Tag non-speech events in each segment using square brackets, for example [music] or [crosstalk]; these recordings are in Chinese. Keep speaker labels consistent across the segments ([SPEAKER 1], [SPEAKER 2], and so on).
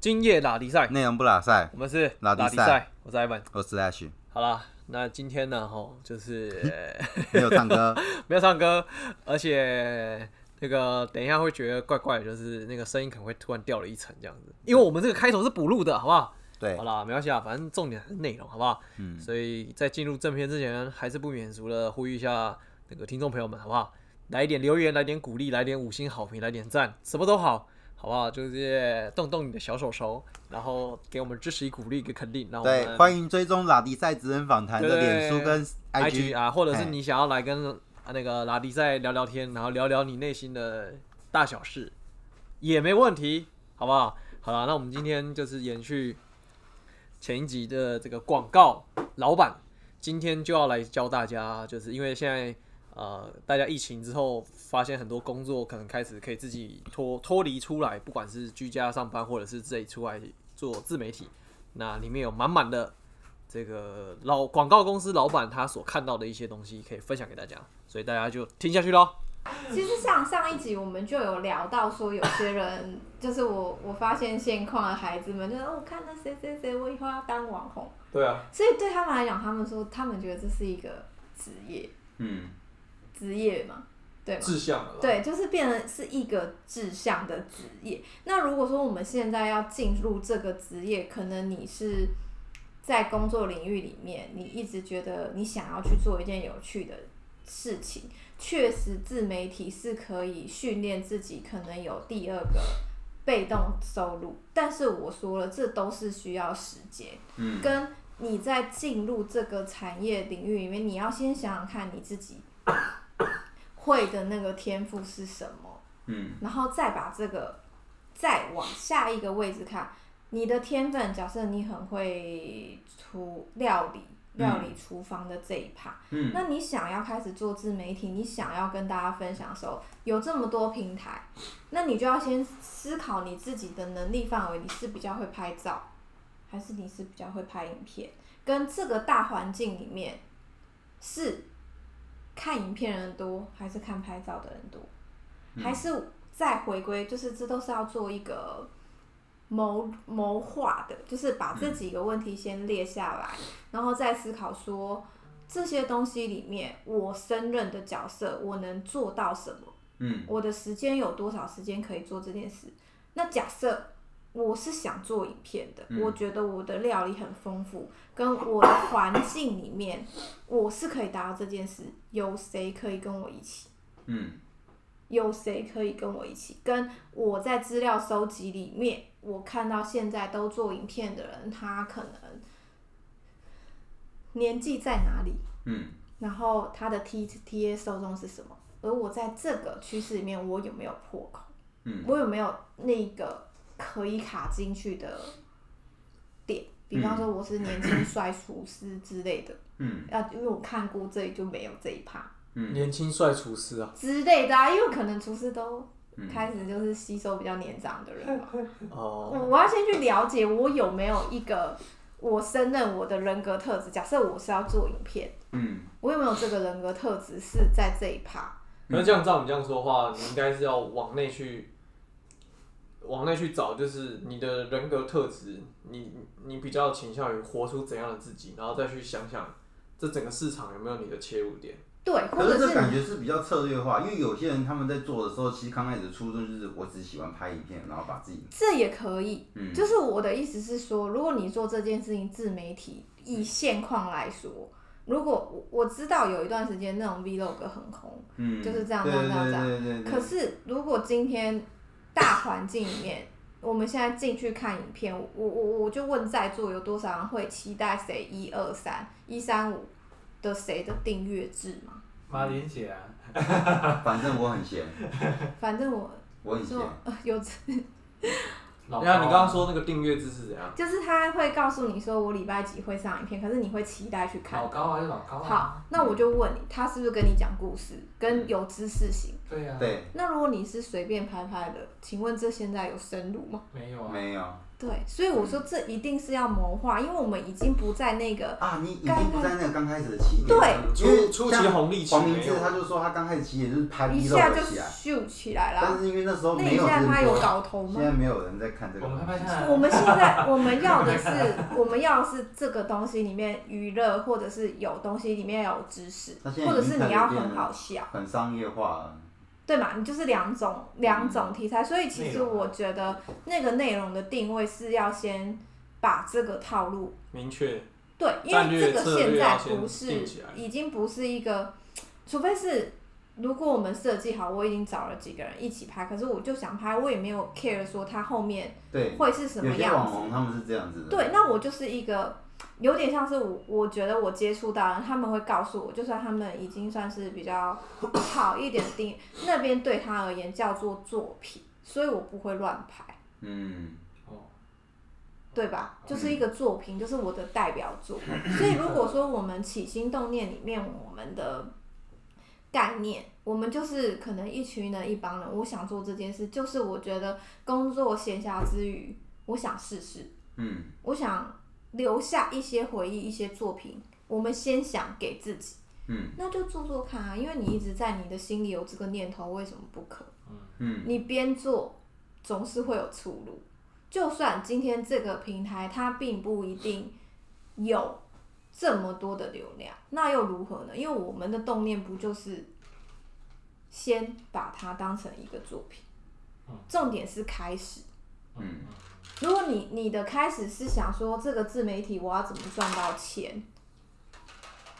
[SPEAKER 1] 今夜打比赛，
[SPEAKER 2] 内容不拉赛，
[SPEAKER 1] 我们是
[SPEAKER 2] 拉迪
[SPEAKER 1] 迪
[SPEAKER 2] 赛
[SPEAKER 1] 赛，我是 Ivan。
[SPEAKER 2] 我是 Ash，
[SPEAKER 1] 好啦，那今天呢，吼，就是 [laughs]
[SPEAKER 2] 没有唱歌，
[SPEAKER 1] 没有唱歌，而且那个等一下会觉得怪怪的，就是那个声音可能会突然掉了一层这样子，因为我们这个开头是补录的，好不好？
[SPEAKER 2] 对
[SPEAKER 1] 好，啦，没关系啊，反正重点还是内容，好不好？嗯，所以在进入正片之前，还是不免俗的呼吁一下那个听众朋友们，好不好？来一点留言，来点鼓励，来点五星好评，来点赞，什么都好，好不好？就是动动你的小手手，然后给我们支持与鼓励，给肯定，让我们
[SPEAKER 2] 对，欢迎追踪拉迪赛职人访谈的
[SPEAKER 1] 对
[SPEAKER 2] 脸书跟
[SPEAKER 1] IG
[SPEAKER 2] IG，
[SPEAKER 1] 啊，或者是
[SPEAKER 2] 哎
[SPEAKER 1] 你想要来跟啊那个拉迪赛聊聊天，然后聊聊你内心的大小事，也没问题，好不好？好了，那我们今天就是延续前一集的这个广告老板，今天就要来教大家，就是因为现在呃大家疫情之后，发现很多工作可能开始可以自己脱脱离出来，不管是居家上班，或者是自己出来做自媒体，那里面有满满的这个老广告公司老板他所看到的一些东西，可以分享给大家，所以大家就听下去喽。
[SPEAKER 3] 其实上上一集我们就有聊到说，有些人 [coughs] 就是我我发现现况的孩子们，就是哦，我看到谁谁谁，我以后要当网红。
[SPEAKER 1] 对啊，
[SPEAKER 3] 所以对他们来讲，他们说他们觉得这是一个职业，
[SPEAKER 2] 嗯，
[SPEAKER 3] 职业嘛，对吗？
[SPEAKER 1] 向啊了，
[SPEAKER 3] 对，就是变成是一个志向的职业。那如果说我们现在要进入这个职业，可能你是在工作领域里面，你一直觉得你想要去做一件有趣的事情，确实自媒体是可以训练自己，可能有第二个被动收入。但是我说了，这都是需要时间。
[SPEAKER 2] 嗯
[SPEAKER 3] 跟你在进入这个产业领域里面，你要先想想看你自己 [coughs] 会的那个天赋是什么，
[SPEAKER 2] 嗯
[SPEAKER 3] 然后再把这个再往下一个位置看。你的天分，假设你很会厨料理，料理厨房的这一趴，
[SPEAKER 2] 嗯
[SPEAKER 3] 那你想要开始做自媒体，你想要跟大家分享的时候，有这么多平台，那你就要先思考你自己的能力范围，你是比较会拍照，还是你是比较会拍影片？跟这个大环境里面，是看影片的人多，还是看拍照的人多？还是再回归，就是这都是要做一个谋谋划的，就是把这几个问题先列下来，然后再思考说这些东西里面，我胜任的角色，我能做到什么？
[SPEAKER 2] 嗯
[SPEAKER 3] 我的时间有多少时间可以做这件事？那假设我是想做影片的，
[SPEAKER 2] 嗯
[SPEAKER 3] 我觉得我的料理很丰富，跟我的环境里面，我是可以达到这件事。有谁可以跟我一起？
[SPEAKER 2] 嗯
[SPEAKER 3] 有谁可以跟我一起？跟我在资料收集里面，我看到现在都做影片的人，他可能年纪在哪里？
[SPEAKER 2] 嗯
[SPEAKER 3] 然后他的 T T A 受众是什么？而我在这个趋势里面，我有没有破口？
[SPEAKER 2] 嗯
[SPEAKER 3] 我有没有那个可以卡进去的点？比方说我是年轻帅厨师之类的，
[SPEAKER 2] 嗯
[SPEAKER 3] 啊，因为我看过这里就没有这一趴
[SPEAKER 2] 嗯
[SPEAKER 1] 年轻帅厨师啊，
[SPEAKER 3] 之类的啊，因为可能厨师都
[SPEAKER 2] 嗯
[SPEAKER 3] 开始就是吸收比较年长的人嘛，
[SPEAKER 1] 哦、
[SPEAKER 2] 嗯
[SPEAKER 3] 我我要先去了解我有没有一个我胜任我的人格特质。假设我是要做影片，
[SPEAKER 2] 嗯
[SPEAKER 3] 我有没有这个人格特质是在这一趴？
[SPEAKER 1] 可能这样照你这样说的话，你应该是要往内去，往内去找，就是你的人格特质，你你比较倾向于活出怎样的自己，然后再去想想这整个市场有没有你的切入点。
[SPEAKER 3] 对，或
[SPEAKER 2] 可
[SPEAKER 3] 者
[SPEAKER 2] 是这
[SPEAKER 3] 是
[SPEAKER 2] 感
[SPEAKER 3] 你
[SPEAKER 2] 觉是比较策略化，因为有些人他们在做的时候，其实刚开始的初衷就是我只喜欢拍影片，然后把自己，
[SPEAKER 3] 这也可以。
[SPEAKER 2] 嗯
[SPEAKER 3] 就是我的意思是说，如果你做这件事情，自媒体以现况来说，如果我我知道有一段时间那种 vlog 很红，
[SPEAKER 2] 嗯，
[SPEAKER 3] 就是这样
[SPEAKER 2] 对
[SPEAKER 3] 这样
[SPEAKER 2] 对
[SPEAKER 3] 这样
[SPEAKER 2] 对对对对，
[SPEAKER 3] 可是如果今天大环境里面，我们现在进去看影片，我我我我就问在座有多少人会期待谁一二三一三五的谁的订阅制嘛？
[SPEAKER 4] 马林姐啊，
[SPEAKER 2] 反正我很闲，
[SPEAKER 3] 反正我
[SPEAKER 2] 我很闲
[SPEAKER 3] 说、，呃、有
[SPEAKER 2] 哦
[SPEAKER 4] 老
[SPEAKER 1] 然后你
[SPEAKER 4] 高
[SPEAKER 1] 刚
[SPEAKER 4] 啊
[SPEAKER 1] 刚说那个订阅制是怎样？
[SPEAKER 3] 就是他会告诉你说我礼拜几会上影片，可是你会期待去看
[SPEAKER 4] 老。高还是老高
[SPEAKER 2] 哦
[SPEAKER 4] 啊？
[SPEAKER 3] 好，那我就问你，他是不是跟你讲故事，
[SPEAKER 2] 嗯
[SPEAKER 3] 跟有知识型？
[SPEAKER 4] 对呀、啊，，
[SPEAKER 2] 对，
[SPEAKER 3] 那如果你是随便拍拍的，请问这现在有深入吗？
[SPEAKER 4] 没有啊，
[SPEAKER 2] 没有，
[SPEAKER 3] 对，所以我
[SPEAKER 2] 嗯
[SPEAKER 3] 说这一定是要谋划，因为我们已经不在那个
[SPEAKER 2] 啊，你已
[SPEAKER 3] 刚
[SPEAKER 2] 经不在那个刚开始的起点，
[SPEAKER 3] 对
[SPEAKER 1] 初
[SPEAKER 2] 因为
[SPEAKER 1] 初期
[SPEAKER 2] 像
[SPEAKER 1] 红利期
[SPEAKER 2] 黄明
[SPEAKER 1] 没
[SPEAKER 2] 志
[SPEAKER 1] 有
[SPEAKER 2] 他就说他刚开始起点就是拍
[SPEAKER 3] 一
[SPEAKER 2] B 肉
[SPEAKER 3] 下就
[SPEAKER 2] 的起来，
[SPEAKER 3] 咻起来
[SPEAKER 2] 但
[SPEAKER 3] 了。
[SPEAKER 2] 是因为那时候
[SPEAKER 3] 那
[SPEAKER 2] 没
[SPEAKER 3] 你
[SPEAKER 2] 有
[SPEAKER 3] 现在
[SPEAKER 2] 直
[SPEAKER 3] 他有
[SPEAKER 2] 播，
[SPEAKER 3] 搞头
[SPEAKER 2] 现
[SPEAKER 3] 吗
[SPEAKER 2] 在？没有人在看这个
[SPEAKER 4] 我
[SPEAKER 2] 东
[SPEAKER 4] 们拍拍
[SPEAKER 2] 西。
[SPEAKER 4] 看，啊
[SPEAKER 3] 我们现在我们要的是，
[SPEAKER 2] [laughs]
[SPEAKER 3] 我们要的是这个东西里面娱乐，或者是有东西里面有知识，
[SPEAKER 2] 他现在
[SPEAKER 3] 或者是你要很好笑，
[SPEAKER 2] 很商业化了，
[SPEAKER 3] 对嘛？你就是两种两种题材，所以其
[SPEAKER 4] 内
[SPEAKER 3] 实
[SPEAKER 4] 容啊
[SPEAKER 3] 我觉得那个内容的定位是要先把这个套路
[SPEAKER 1] 明确
[SPEAKER 3] 对，因
[SPEAKER 1] 战
[SPEAKER 3] 为
[SPEAKER 1] 略
[SPEAKER 3] 这个
[SPEAKER 1] 策
[SPEAKER 3] 现
[SPEAKER 1] 略
[SPEAKER 3] 在
[SPEAKER 1] 要先
[SPEAKER 3] 不
[SPEAKER 1] 定
[SPEAKER 3] 是
[SPEAKER 1] 起来，
[SPEAKER 3] 已经不是一个，除非是如果我们设计好，我已经找了几个人一起拍，可是我就想拍，我也没有 care 说它后面
[SPEAKER 2] 对，
[SPEAKER 3] 会是什么
[SPEAKER 2] 有些网
[SPEAKER 3] 样子。
[SPEAKER 2] 红他们是这样子的，
[SPEAKER 3] 对，那我就是一个有点像是我，我觉得我接触到的人，他们会告诉我，就算他们已经算是比较好一点的定义，那边对他而言叫做作品，所以我不会乱拍，
[SPEAKER 2] 嗯，
[SPEAKER 4] 哦，
[SPEAKER 3] 对吧？就是一个作品，就是我的代表作。所以如果说我们起心动念里面，我们的概念，我们就是可能一群人、一帮人，我想做这件事，就是我觉得工作闲暇之余，我想试试，
[SPEAKER 2] 嗯，
[SPEAKER 3] 我想留下一些回忆、一些作品。我们先想给自己，
[SPEAKER 2] 嗯，
[SPEAKER 3] 那就做做看啊，因为你一直在你的心里有这个念头，为什么不可？
[SPEAKER 2] 嗯，
[SPEAKER 3] 你边做总是会有出路。就算今天这个平台它并不一定有这么多的流量，那又如何呢？因为我们的动念不就是先把它当成一个作品
[SPEAKER 4] 嗯，
[SPEAKER 3] 重点是开始。
[SPEAKER 2] 嗯，
[SPEAKER 3] 如果你你的开始是想说这个自媒体我要怎么赚到钱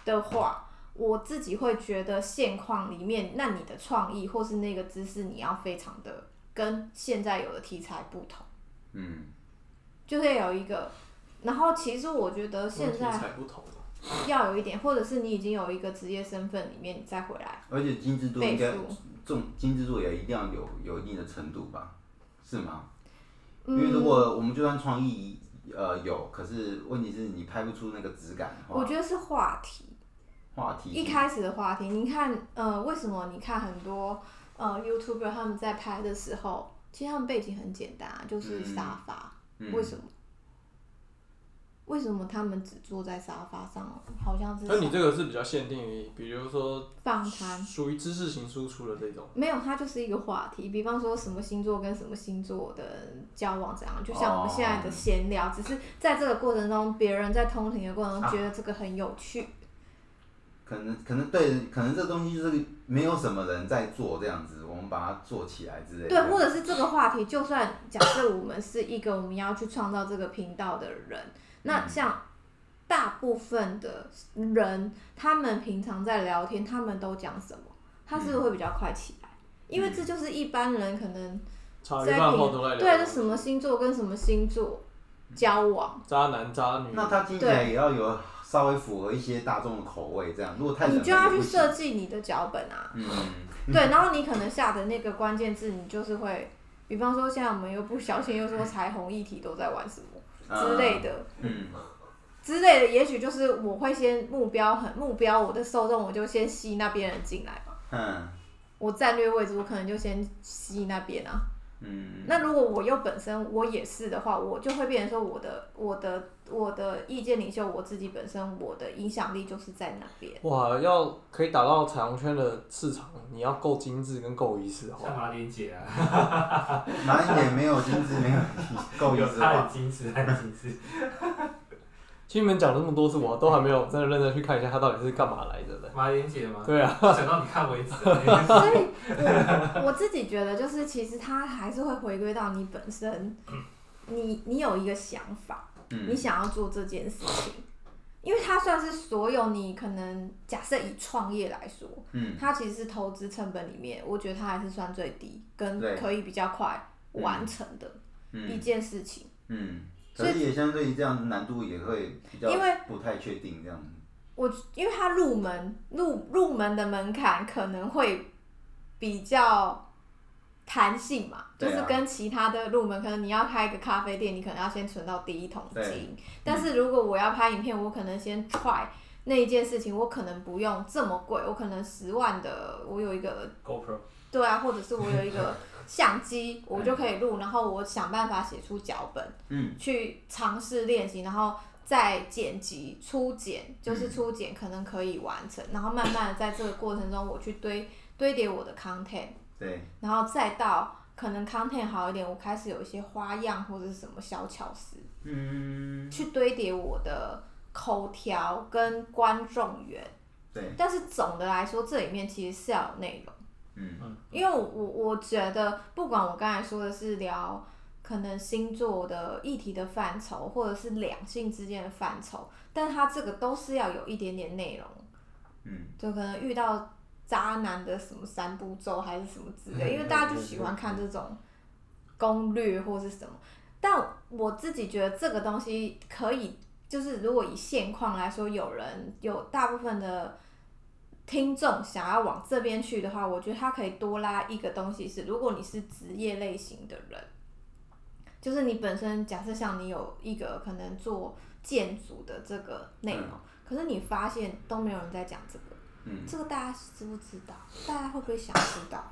[SPEAKER 3] 的话，我自己会觉得现况里面，那你的创意或是那个知识，你要非常的跟现在有的题材不同，
[SPEAKER 2] 嗯，
[SPEAKER 3] 就是要有一个。然后其实我觉得
[SPEAKER 1] 问
[SPEAKER 3] 现
[SPEAKER 1] 题
[SPEAKER 3] 在
[SPEAKER 1] 才不同嘛。
[SPEAKER 3] 要有一点，或者是你已经有一个职业身份里面，你再回来
[SPEAKER 2] 而且精致度应
[SPEAKER 3] 背
[SPEAKER 2] 该
[SPEAKER 3] 书。
[SPEAKER 2] 重精致度也一定要有有一定的程度吧，是吗？因为如
[SPEAKER 3] 嗯，
[SPEAKER 2] 果我们就算创意呃有，可是问题是你拍不出那个质感的
[SPEAKER 3] 嗯我
[SPEAKER 2] 话，
[SPEAKER 3] 觉得是话题。
[SPEAKER 2] 话题
[SPEAKER 3] 一开始的话题，你看，呃，为什么你看很多呃 YouTuber 他们在拍的时候，其实他们背景很简单啊，就是沙发。
[SPEAKER 2] 嗯
[SPEAKER 3] 为什么？为什么他们只坐在沙发上？好像是
[SPEAKER 1] 那你这个是比较限定于，比如说
[SPEAKER 3] 放摊。
[SPEAKER 1] 属于知识型输出的这种，
[SPEAKER 3] 没有，它就是一个话题。比方说什么星座跟什么星座的交往怎样，就像我们现在的闲聊，只是在这个过程中，别人在通勤的过程中觉得这个很有趣。
[SPEAKER 2] 可能可能对，可能这东西就是没有什么人在做这样子，我们把它做起来之类的。
[SPEAKER 3] 对，或者是这个话题，就算假设我们是一个我们要去创造这个频道的人，那像大部分的人，他们平常在聊天，他们都讲什么？他是不是会比较快起来？因为这就是一般人可能
[SPEAKER 1] 茶余
[SPEAKER 3] 在
[SPEAKER 1] 饭后都在聊。
[SPEAKER 3] 平对，就啊什么星座跟什么星座交往，
[SPEAKER 1] 渣男渣女，
[SPEAKER 2] 那它听起来也要有稍微符合一些大众的口味，这样如果太冷
[SPEAKER 3] 你
[SPEAKER 2] 门
[SPEAKER 3] 就要
[SPEAKER 2] 也
[SPEAKER 3] 去
[SPEAKER 2] 不行
[SPEAKER 3] 设计你的脚本啊。
[SPEAKER 2] 嗯，
[SPEAKER 3] 对，然后你可能下的那个关键字，你就是会，比方说现在我们又不小心又说彩虹议题都在玩什么之类
[SPEAKER 2] 的，
[SPEAKER 3] 的。
[SPEAKER 2] 嗯
[SPEAKER 3] 之类的，也许就是我会先目标很目标我的受众，我就先吸那边人进来嘛。
[SPEAKER 2] 嗯
[SPEAKER 3] 我战略位置，我可能就先吸那边啊。
[SPEAKER 2] 嗯，
[SPEAKER 3] 那如果我又本身我也是的话，我就会变成说我的我的我的意见领袖，我自己本身我的影响力就是在那边。
[SPEAKER 1] 哇，要可以打到彩虹圈的市场，你要够精致跟够仪式
[SPEAKER 4] 哦像
[SPEAKER 1] 化。
[SPEAKER 4] 马连姐啊，
[SPEAKER 2] 哪嗯一点没有精致，没有 [laughs] 够意
[SPEAKER 4] 有
[SPEAKER 2] 思
[SPEAKER 4] 她很
[SPEAKER 2] 化，
[SPEAKER 4] 矜持，她很矜持。
[SPEAKER 2] [laughs]
[SPEAKER 1] 其实你们讲了那么多次，我都还没有真的认真去看一下他到底是干嘛来着的。
[SPEAKER 4] 马连姐
[SPEAKER 2] [laughs]
[SPEAKER 4] 吗？
[SPEAKER 1] 对啊，
[SPEAKER 4] 想到你看为止啊。
[SPEAKER 3] 所以我 [laughs] 我自己觉得，就是其实它还是会回归到你本身，你你有一个想法，你
[SPEAKER 2] 嗯
[SPEAKER 3] 想要做这件事情，因为它算是所有你可能假设以创业来说，
[SPEAKER 2] 嗯
[SPEAKER 3] 它其实是投资成本里面，我觉得它还是算最低，跟
[SPEAKER 2] 对
[SPEAKER 3] 可以比较快完成的一
[SPEAKER 2] 嗯
[SPEAKER 3] 件事情。
[SPEAKER 2] 嗯，
[SPEAKER 3] 所
[SPEAKER 2] 可
[SPEAKER 3] 以
[SPEAKER 2] 是也相对于这样难度也会比较
[SPEAKER 3] 因为
[SPEAKER 2] 不太确定这样，
[SPEAKER 3] 我因为它入门入入门的门槛可能会比较弹性嘛，就
[SPEAKER 2] 对啊
[SPEAKER 3] 是跟其他的入门，可能你要开一个咖啡店，你可能要先存到第一桶
[SPEAKER 2] 对
[SPEAKER 3] 金。但是如果我要拍影片，我可能先 try 那一件事情，我可能不用这么贵，我可能十万的，我有一个
[SPEAKER 4] GoPro，
[SPEAKER 3] 对啊，或者是我有一个相机，我就可以录，然后我想办法写出脚本
[SPEAKER 2] 嗯
[SPEAKER 3] 去尝试练习，然后再剪辑初剪，就是初剪可能可以完成，然后慢慢的在这个过程中，我去堆堆叠我的 content，
[SPEAKER 2] 对，
[SPEAKER 3] 然后再到可能 content 好一点，我开始有一些花样或者是什么小巧思，
[SPEAKER 2] 嗯
[SPEAKER 3] 去堆叠我的口条跟观众缘。
[SPEAKER 2] 对，
[SPEAKER 3] 但是总的来说，这里面其实是要有内容，
[SPEAKER 2] 嗯
[SPEAKER 3] 因为我我我觉得，不管我刚才说的是聊可能星座的议题的范畴，或者是两性之间的范畴，但它这个都是要有一点点内容，
[SPEAKER 2] 嗯
[SPEAKER 3] 就可能遇到渣男的什么三步骤还是什么之类，因为大家就喜欢看这种攻略或是什么。但我自己觉得这个东西可以，就是如果以现况来说，有人有大部分的听众想要往这边去的话，我觉得他可以多拉一个东西是，如果你是职业类型的人，就是你本身假设像你有一个可能做建筑的这个内容，可是你发现都没有人在讲这个，
[SPEAKER 2] 嗯，
[SPEAKER 3] 这个大家知不知道？大家会不会想知道、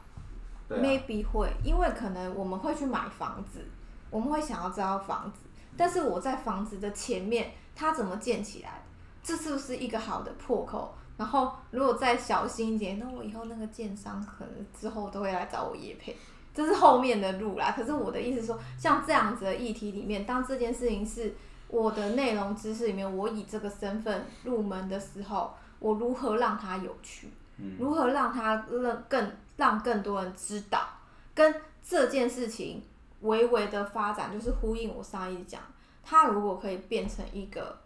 [SPEAKER 2] 对
[SPEAKER 3] m a y
[SPEAKER 2] 啊，
[SPEAKER 3] b e 会，因为可能我们会去买房子，我们会想要知道房子，但是我在房子的前面，它怎么建起来？这是不是一个好的破口？然后如果再小心一点，那我以后那个建商可能之后都会来找我业配，这是后面的路啦。可是我的意思说，像这样子的议题里面，当这件事情是我的内容知识里面，我以这个身份入门的时候，我如何让它有趣？
[SPEAKER 2] 嗯
[SPEAKER 3] 如何让他让更让更多人知道，跟这件事情微微的发展，就是呼应我上一集讲，它如果可以变成一个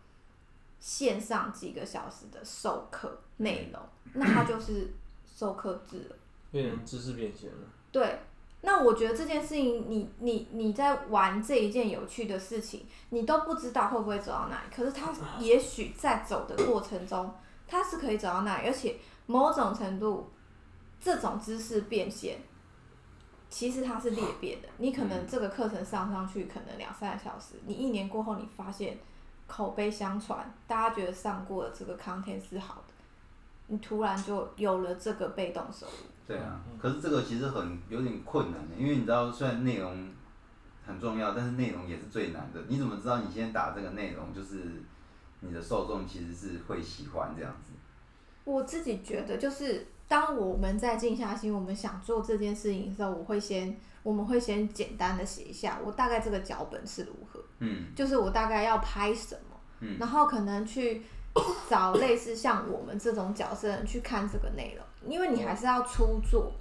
[SPEAKER 3] 线上几个小时的授课内容，那它就是授课制了。
[SPEAKER 1] 变成知识变现了。
[SPEAKER 3] 对，那我觉得这件事情你，你你在玩这一件有趣的事情，你都不知道会不会走到哪里。可是它也许在走的过程中，它是可以走到哪里，而且某种程度，这种知识变现，其实它是裂变的。你可能这个课程上上去，可能两三个小时，你一年过后，你发现口碑相传，大家觉得上过的这个 content 是好的，你突然就有了这个被动收入。
[SPEAKER 2] 对啊，可是这个其实很有点困难的，因为你知道，虽然内容很重要，但是内容也是最难的。你怎么知道你先打这个内容，就是你的受众其实是会喜欢这样子？
[SPEAKER 3] 我自己觉得，就是当我们在静下心，我们想做这件事情的时候，我会先，我们会先简单的写一下，我大概这个脚本是如何，
[SPEAKER 2] 嗯
[SPEAKER 3] 就是我大概要拍什么，
[SPEAKER 2] 嗯
[SPEAKER 3] 然后可能去找类似像我们这种角色的人去看这个内容，因为你还是要初做，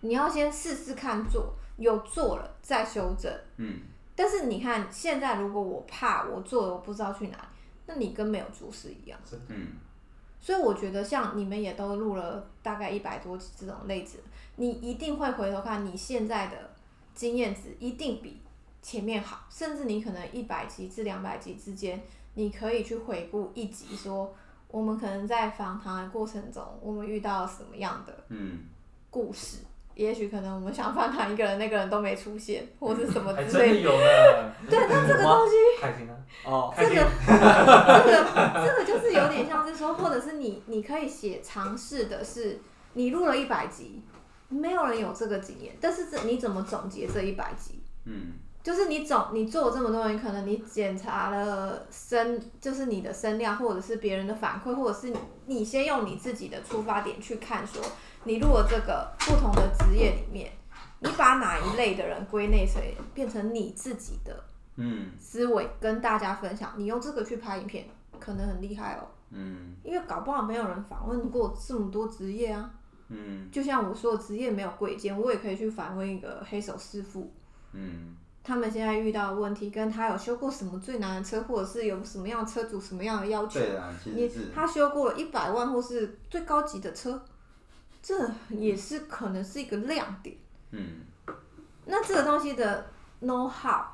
[SPEAKER 3] 你要先试试看做，有做了再修正。
[SPEAKER 2] 嗯，
[SPEAKER 3] 但是你看，现在如果我怕我做了我不知道去哪里，那你跟没有做是一样。
[SPEAKER 2] 嗯，
[SPEAKER 3] 所以我觉得，像你们也都录了大概一百多集这种类似的，你一定会回头看你现在的经验值，一定比前面好，甚至你可能一百集至两百集之间，你可以去回顾一集说我们可能在访谈的过程中，我们遇到了什么样的
[SPEAKER 2] 嗯，
[SPEAKER 3] 故事。也许可能我们想访谈一个人，那个人都没出现，或是什
[SPEAKER 4] [laughs]
[SPEAKER 3] 么
[SPEAKER 4] 还
[SPEAKER 3] 之
[SPEAKER 4] 真的
[SPEAKER 3] 类的。
[SPEAKER 4] 有呢，
[SPEAKER 3] 对，那这个东西
[SPEAKER 4] 开心啊，
[SPEAKER 1] 哦，
[SPEAKER 4] 开心，
[SPEAKER 3] 这个这个就是有点像是说，或者是你你可以写尝试的是，你录了一百集，没有人有这个经验，但是这你怎么总结这一百集？
[SPEAKER 2] 嗯，
[SPEAKER 3] 就是你总你做了这么多人，可能你检查了声，就是你的声量，或者是别人的反馈，或者是你你先用你自己的出发点去看说，你录了这个不同的职业里面，你把哪一类的人归类成变成你自己的
[SPEAKER 2] 嗯，
[SPEAKER 3] 思维跟大家分享，你用这个去拍影片，可能很厉害哦，
[SPEAKER 2] 嗯，
[SPEAKER 3] 因为搞不好没有人访问过这么多职业啊。
[SPEAKER 2] 嗯，
[SPEAKER 3] 就像我说的，职业没有贵贱，我也可以去访问一个黑手师傅，
[SPEAKER 2] 嗯，
[SPEAKER 3] 他们现在遇到的问题，跟他有修过什么最难的车，或者是有什么样的车主什么样的要求，
[SPEAKER 2] 对啊，其
[SPEAKER 3] 你
[SPEAKER 2] 实是，
[SPEAKER 3] 他修过了一百万或是最高级的车，这也是可能是一个亮点。
[SPEAKER 2] 嗯，
[SPEAKER 3] 那这个东西的 know how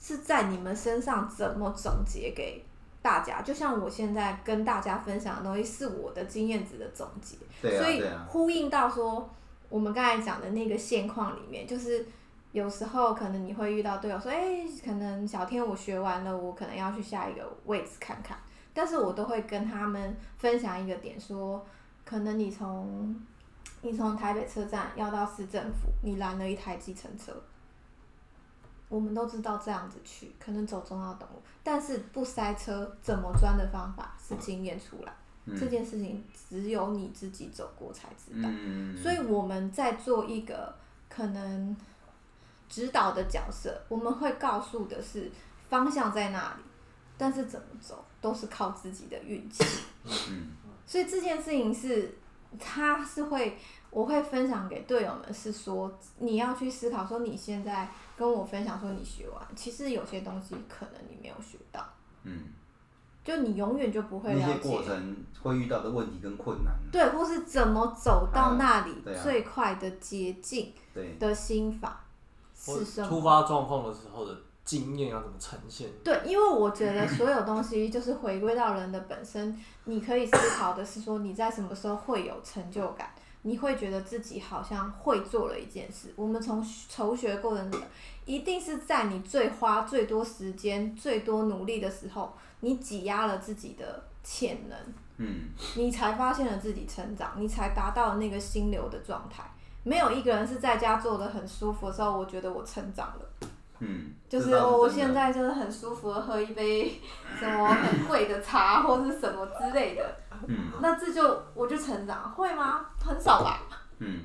[SPEAKER 3] 是在你们身上怎么总结给大家？就像我现在跟大家分享的东西是我的经验值的总结，
[SPEAKER 2] 对啊，
[SPEAKER 3] 所以
[SPEAKER 2] 对啊，
[SPEAKER 3] 呼应到说我们刚才讲的那个现况里面，就是有时候可能你会遇到队友说：“哎、可能小天我学完了，我可能要去下一个位置看看。”但是我都会跟他们分享一个点说可能你从你从台北车站要到市政府，你拦了一台计程车。我们都知道这样子去，可能走中央东路，但是不塞车怎么钻的方法是经验出来，这件事情只有你自己走过才知道。
[SPEAKER 2] 嗯，
[SPEAKER 3] 所以我们在做一个可能指导的角色，我们会告诉的是方向在哪里，但是怎么走都是靠自己的运气。
[SPEAKER 2] 嗯
[SPEAKER 3] 所以这件事情是，他是会，我会分享给队友们，是说你要去思考，说你现在跟我分享说你学完，其实有些东西可能你没有学到，
[SPEAKER 2] 嗯，
[SPEAKER 3] 就你永远就不会
[SPEAKER 2] 那
[SPEAKER 3] 了
[SPEAKER 2] 些
[SPEAKER 3] 解。
[SPEAKER 2] 过程会遇到的问题跟困难，
[SPEAKER 3] 对，或是怎么走到那里
[SPEAKER 2] 嗯对啊
[SPEAKER 3] 最快的捷径
[SPEAKER 2] 对，
[SPEAKER 3] 的心法
[SPEAKER 1] 或
[SPEAKER 3] 是啊什
[SPEAKER 1] 突
[SPEAKER 3] 么？
[SPEAKER 1] 发状况的时候的经验要怎么呈现？
[SPEAKER 3] 对，因为我觉得所有东西就是回归到人的本身，你可以思考的是说你在什么时候会有成就感，你会觉得自己好像会做了一件事。我们从求学过程中，一定是在你最花最多时间、最多努力的时候，你挤压了自己的潜能，
[SPEAKER 2] 嗯
[SPEAKER 3] 你才发现了自己成长，你才达到那个心流的状态。没有一个人是在家做的很舒服的时候，我觉得我成长了。
[SPEAKER 2] 嗯，
[SPEAKER 3] 就是
[SPEAKER 2] 这倒
[SPEAKER 3] 哦，我
[SPEAKER 2] 真的
[SPEAKER 3] 现在就是很舒服的喝一
[SPEAKER 2] [laughs]
[SPEAKER 3] 杯什么很贵的茶或是什么之类的，
[SPEAKER 2] 嗯
[SPEAKER 3] 那这就我就成长会吗？很少吧。
[SPEAKER 2] 嗯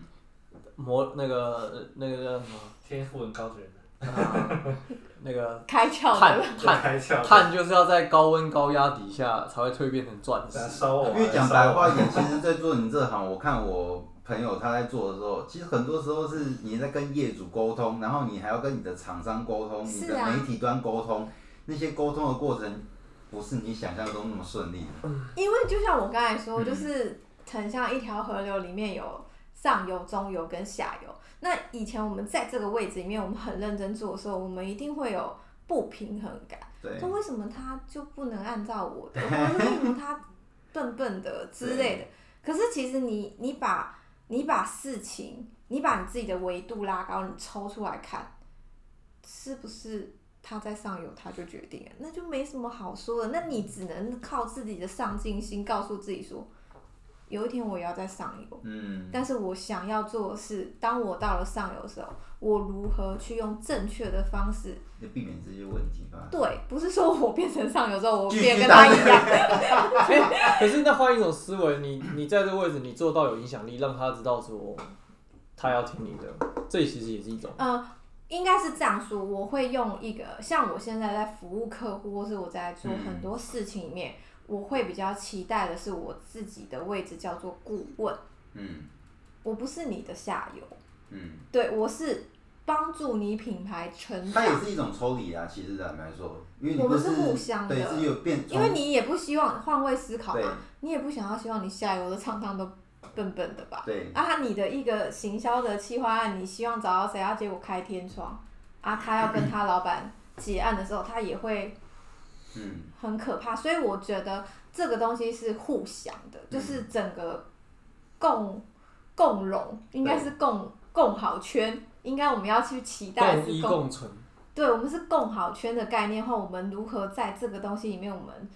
[SPEAKER 1] 磨那个呃那个叫什么？
[SPEAKER 4] 哦天赋很高的人啊，
[SPEAKER 3] [laughs]
[SPEAKER 1] 啊那
[SPEAKER 2] 哦
[SPEAKER 1] 个
[SPEAKER 3] 开窍
[SPEAKER 1] 碳
[SPEAKER 3] 了，
[SPEAKER 1] 碳
[SPEAKER 4] 开窍，
[SPEAKER 1] 碳就是要在高温高压底下才会蜕变成钻石
[SPEAKER 4] 来。烧我啊，
[SPEAKER 2] 因为讲
[SPEAKER 4] 烧
[SPEAKER 2] 白
[SPEAKER 4] 我
[SPEAKER 2] 话一点，其实，在做你这行，我看我朋友他在做的时候，其实很多时候是你在跟业主沟通，然后你还要跟你的厂商沟通，你
[SPEAKER 3] 是
[SPEAKER 2] 的
[SPEAKER 3] 啊
[SPEAKER 2] 媒体端沟通，那些沟通的过程不是你想象中那么顺利的。
[SPEAKER 3] 因为就像我刚才说，
[SPEAKER 2] 嗯
[SPEAKER 3] 就是很像一条河流，里面有上游、中游跟下游。那以前我们在这个位置里面，我们很认真做的时候，我们一定会有不平衡感。
[SPEAKER 2] 对
[SPEAKER 3] 说为什么他就不能按照我 [laughs] 的，或者是为什么他笨笨的之类的。可是其实你你把你把事情，你把你自己的维度拉高，你抽出来看，是不是他在上游他就决定了？那就没什么好说的。那你只能靠自己的上进心，告诉自己说，有一天我也要在上游。
[SPEAKER 2] 嗯，
[SPEAKER 3] 但是我想要做的是，当我到了上游的时候，我如何去用正确的方式
[SPEAKER 2] 就避免这些问题吧。
[SPEAKER 3] 对，不是说我变成上游之后，我
[SPEAKER 2] 继
[SPEAKER 3] 变
[SPEAKER 2] 续
[SPEAKER 3] 跟他
[SPEAKER 2] 当
[SPEAKER 3] 一样。
[SPEAKER 1] 哎 [laughs] 可是那换一种思维，你你在这个位置，你做到有影响力，让他知道说他要听你的，这其实也是一种。
[SPEAKER 3] 呃，应该是这样说，我会用一个像我现在在服务客户，或是我在做很多事情里面，我会比较期待的是我自己的位置叫做顾问，
[SPEAKER 2] 嗯
[SPEAKER 3] 我不是你的下游，
[SPEAKER 2] 嗯，
[SPEAKER 3] 对我是帮助你品牌成
[SPEAKER 2] 它也
[SPEAKER 3] 长。
[SPEAKER 2] 是一种抽离啊。其实坦白说，因为你
[SPEAKER 3] 我
[SPEAKER 2] 不
[SPEAKER 3] 们
[SPEAKER 2] 是
[SPEAKER 3] 是互相的
[SPEAKER 2] 对，是有变，
[SPEAKER 3] 因为你也不希望换位思考
[SPEAKER 2] 对
[SPEAKER 3] 嘛，你也不想要希望你下游的厂商都笨笨的吧？
[SPEAKER 2] 对
[SPEAKER 3] 啊，你的一个行销的企划案，你希望找到谁？啊，结果开天窗，啊，他要跟他老板结案的时候，他也会
[SPEAKER 2] 嗯
[SPEAKER 3] 很可怕。所以我觉得这个东西是互相的，就是整个共共荣，应该是共共好圈，应该我们要去期待
[SPEAKER 1] 共
[SPEAKER 3] 是
[SPEAKER 1] 一
[SPEAKER 3] 共
[SPEAKER 1] 共存，
[SPEAKER 3] 对，我们是共好圈的概念后，我们如何在这个东西里面，我们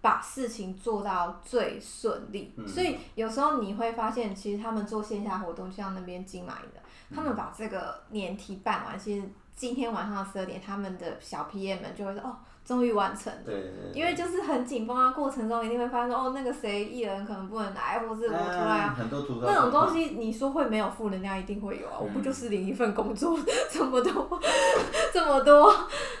[SPEAKER 3] 把事情做到最顺利。
[SPEAKER 2] 嗯
[SPEAKER 3] 所以有时候你会发现，其实他们做线下活动，就像那边金马银的，
[SPEAKER 2] 嗯
[SPEAKER 3] 他们把这个年题办完，其实今天晚上十二点，他们的小 PM 们就会说：“哦，终于完成了。”
[SPEAKER 2] 对对，对
[SPEAKER 3] 因为就是很紧绷啊，过程中一定会发现说哦，那个谁艺人可能不能来，或是我突然
[SPEAKER 2] 嗯很多吐槽
[SPEAKER 3] 那种东西，你说会没有负能量，一定会有啊！
[SPEAKER 2] 嗯
[SPEAKER 3] 我不就是领一份工作， [laughs] 这么多，这么多，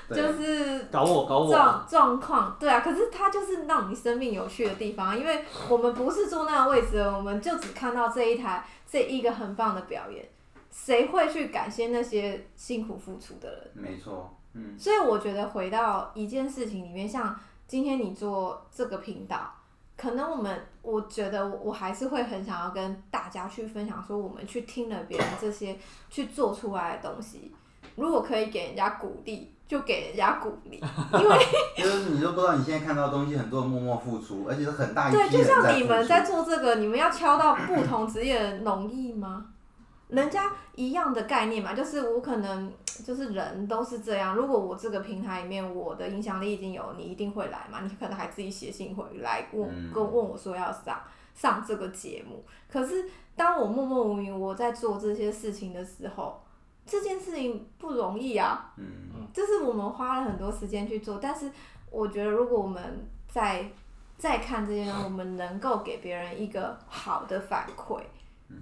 [SPEAKER 2] 对
[SPEAKER 3] 就是
[SPEAKER 1] 搞我搞我啊，
[SPEAKER 3] 状状况，对啊。可是它就是让你生命有趣的地方啊，因为我们不是坐那个位置的，我们就只看到这一台这一个很棒的表演，谁会去感谢那些辛苦付出的人？
[SPEAKER 2] 没错，嗯
[SPEAKER 3] 所以我觉得回到一件事情里面，像今天你做这个频道，可能我们我觉得我我还是会很想要跟大家去分享，说我们去听了别人这些去做出来的东西，如果可以给人家鼓励，就给人家鼓励，因为
[SPEAKER 2] 就是你都不知道你现在看到的东西，很多人默默付出，而且是很大一批
[SPEAKER 3] 对，
[SPEAKER 2] 人
[SPEAKER 3] 就像
[SPEAKER 2] 在
[SPEAKER 3] 你
[SPEAKER 2] 付
[SPEAKER 3] 们
[SPEAKER 2] 出
[SPEAKER 3] 在做这个，你们要敲到不同职业的容
[SPEAKER 2] [coughs]
[SPEAKER 3] 易吗？人家一样的概念嘛，就是我可能就是人都是这样。如果我这个平台里面我的影响力已经有，你一定会来嘛，你可能还自己写信回来问
[SPEAKER 2] 嗯
[SPEAKER 3] 跟问我说要上，上这个节目。可是当我默默无名，我在做这些事情的时候，这件事情不容易啊，
[SPEAKER 2] 嗯，
[SPEAKER 3] 这是我们花了很多时间去做。但是我觉得，如果我们在再看这些东西，我们能够给别人一个好的反馈，
[SPEAKER 2] 嗯，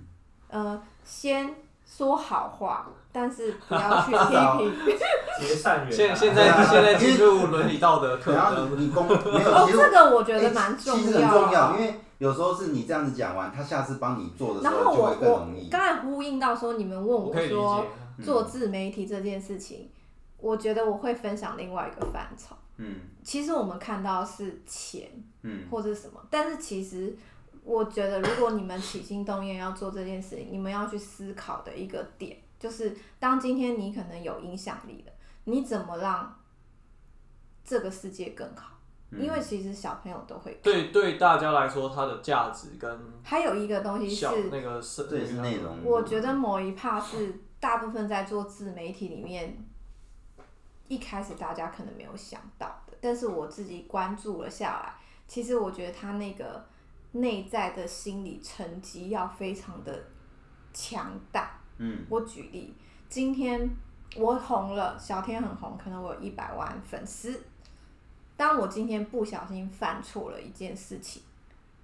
[SPEAKER 3] 呃，先说好话，但是不
[SPEAKER 2] [laughs]
[SPEAKER 3] 要去批评。
[SPEAKER 5] 结善缘啊。
[SPEAKER 1] 现现在现在进入伦理道德课
[SPEAKER 2] 然
[SPEAKER 3] [laughs]
[SPEAKER 2] 后
[SPEAKER 1] 程，
[SPEAKER 2] 你你公没有，
[SPEAKER 3] 哦，
[SPEAKER 2] 其实
[SPEAKER 3] 这个我觉
[SPEAKER 2] 哎
[SPEAKER 3] 得蛮
[SPEAKER 2] 其实
[SPEAKER 3] 要啊
[SPEAKER 2] 很重
[SPEAKER 3] 的
[SPEAKER 2] 要，因为有时候是你这样子讲完，他下次帮你做的时
[SPEAKER 3] 然
[SPEAKER 2] 候
[SPEAKER 3] 后
[SPEAKER 2] 就
[SPEAKER 3] 我
[SPEAKER 2] 会更
[SPEAKER 3] 我
[SPEAKER 2] 容易。
[SPEAKER 3] 刚才呼应到说，你们问
[SPEAKER 5] 我可以理
[SPEAKER 3] 说
[SPEAKER 5] 解。
[SPEAKER 2] 嗯
[SPEAKER 3] 做自媒体这件事情，我觉得我会分享另外一个范畴。
[SPEAKER 2] 嗯
[SPEAKER 3] 其实我们看到是钱
[SPEAKER 2] 嗯
[SPEAKER 3] 或者什么，但是其实我觉得，如果你们起心动念要做这件事情，你们要去思考的一个点，就是当今天你可能有影响力了，你怎么让这个世界更好？
[SPEAKER 2] 嗯
[SPEAKER 3] 因为其实小朋友都会。
[SPEAKER 1] 对对大家来说，它的价值跟
[SPEAKER 3] 还有一个东西是
[SPEAKER 1] 小那个是
[SPEAKER 2] 这也是内容。
[SPEAKER 3] 我觉得某一 part 是大部分在做自媒体里面，一开始大家可能没有想到的，但是我自己关注了下来，其实我觉得他那个内在的心理成绩要非常的强大。
[SPEAKER 2] 嗯
[SPEAKER 3] 我举例，今天我红了，小天很红，可能我有一百万粉丝。当我今天不小心犯错了一件事情，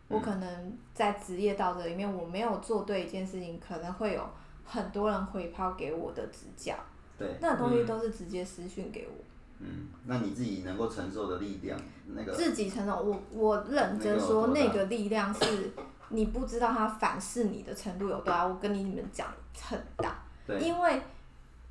[SPEAKER 2] 嗯
[SPEAKER 3] 我可能在职业道德里面我没有做对一件事情，可能会有很多人回抛给我的指教，
[SPEAKER 2] 对，
[SPEAKER 3] 那东西都是直接私讯给我，
[SPEAKER 2] 嗯，那你自己能够承受的力量，那个
[SPEAKER 3] 自己承认。我我认真说，
[SPEAKER 2] 那个有多大
[SPEAKER 3] 那个力量是你不知道它反噬你的程度有多大。我跟你们讲，很大。
[SPEAKER 2] 对，
[SPEAKER 3] 因为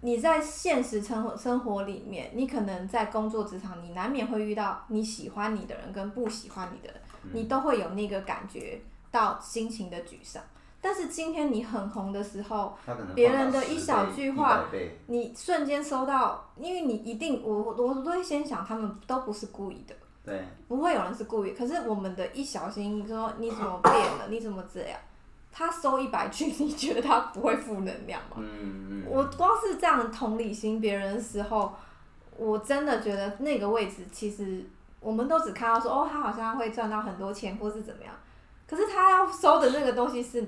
[SPEAKER 3] 你在现实生活生活里面，你可能在工作职场，你难免会遇到你喜欢你的人跟不喜欢你的人，
[SPEAKER 2] 嗯
[SPEAKER 3] 你都会有那个感觉到心情的沮丧。但是今天你很红的时候，
[SPEAKER 2] 他可能
[SPEAKER 3] 别人的
[SPEAKER 2] 放大10
[SPEAKER 3] 一小
[SPEAKER 2] 倍
[SPEAKER 3] 句话
[SPEAKER 2] 100倍
[SPEAKER 3] 你瞬间收到，因为你一定，我我我都会先想，他们都不是故意的，
[SPEAKER 2] 对，
[SPEAKER 3] 不会有人是故意。可是我们的一小心说你怎么变了，你怎么这样，他收一百句， [laughs] 你觉得他不会负能量吗？
[SPEAKER 2] 嗯嗯，
[SPEAKER 3] 我光是这样同理心别人的时候，我真的觉得那个位置其实我们都只看到说哦，他好像会赚到很多钱或是怎么样，可是他要收的那个东西是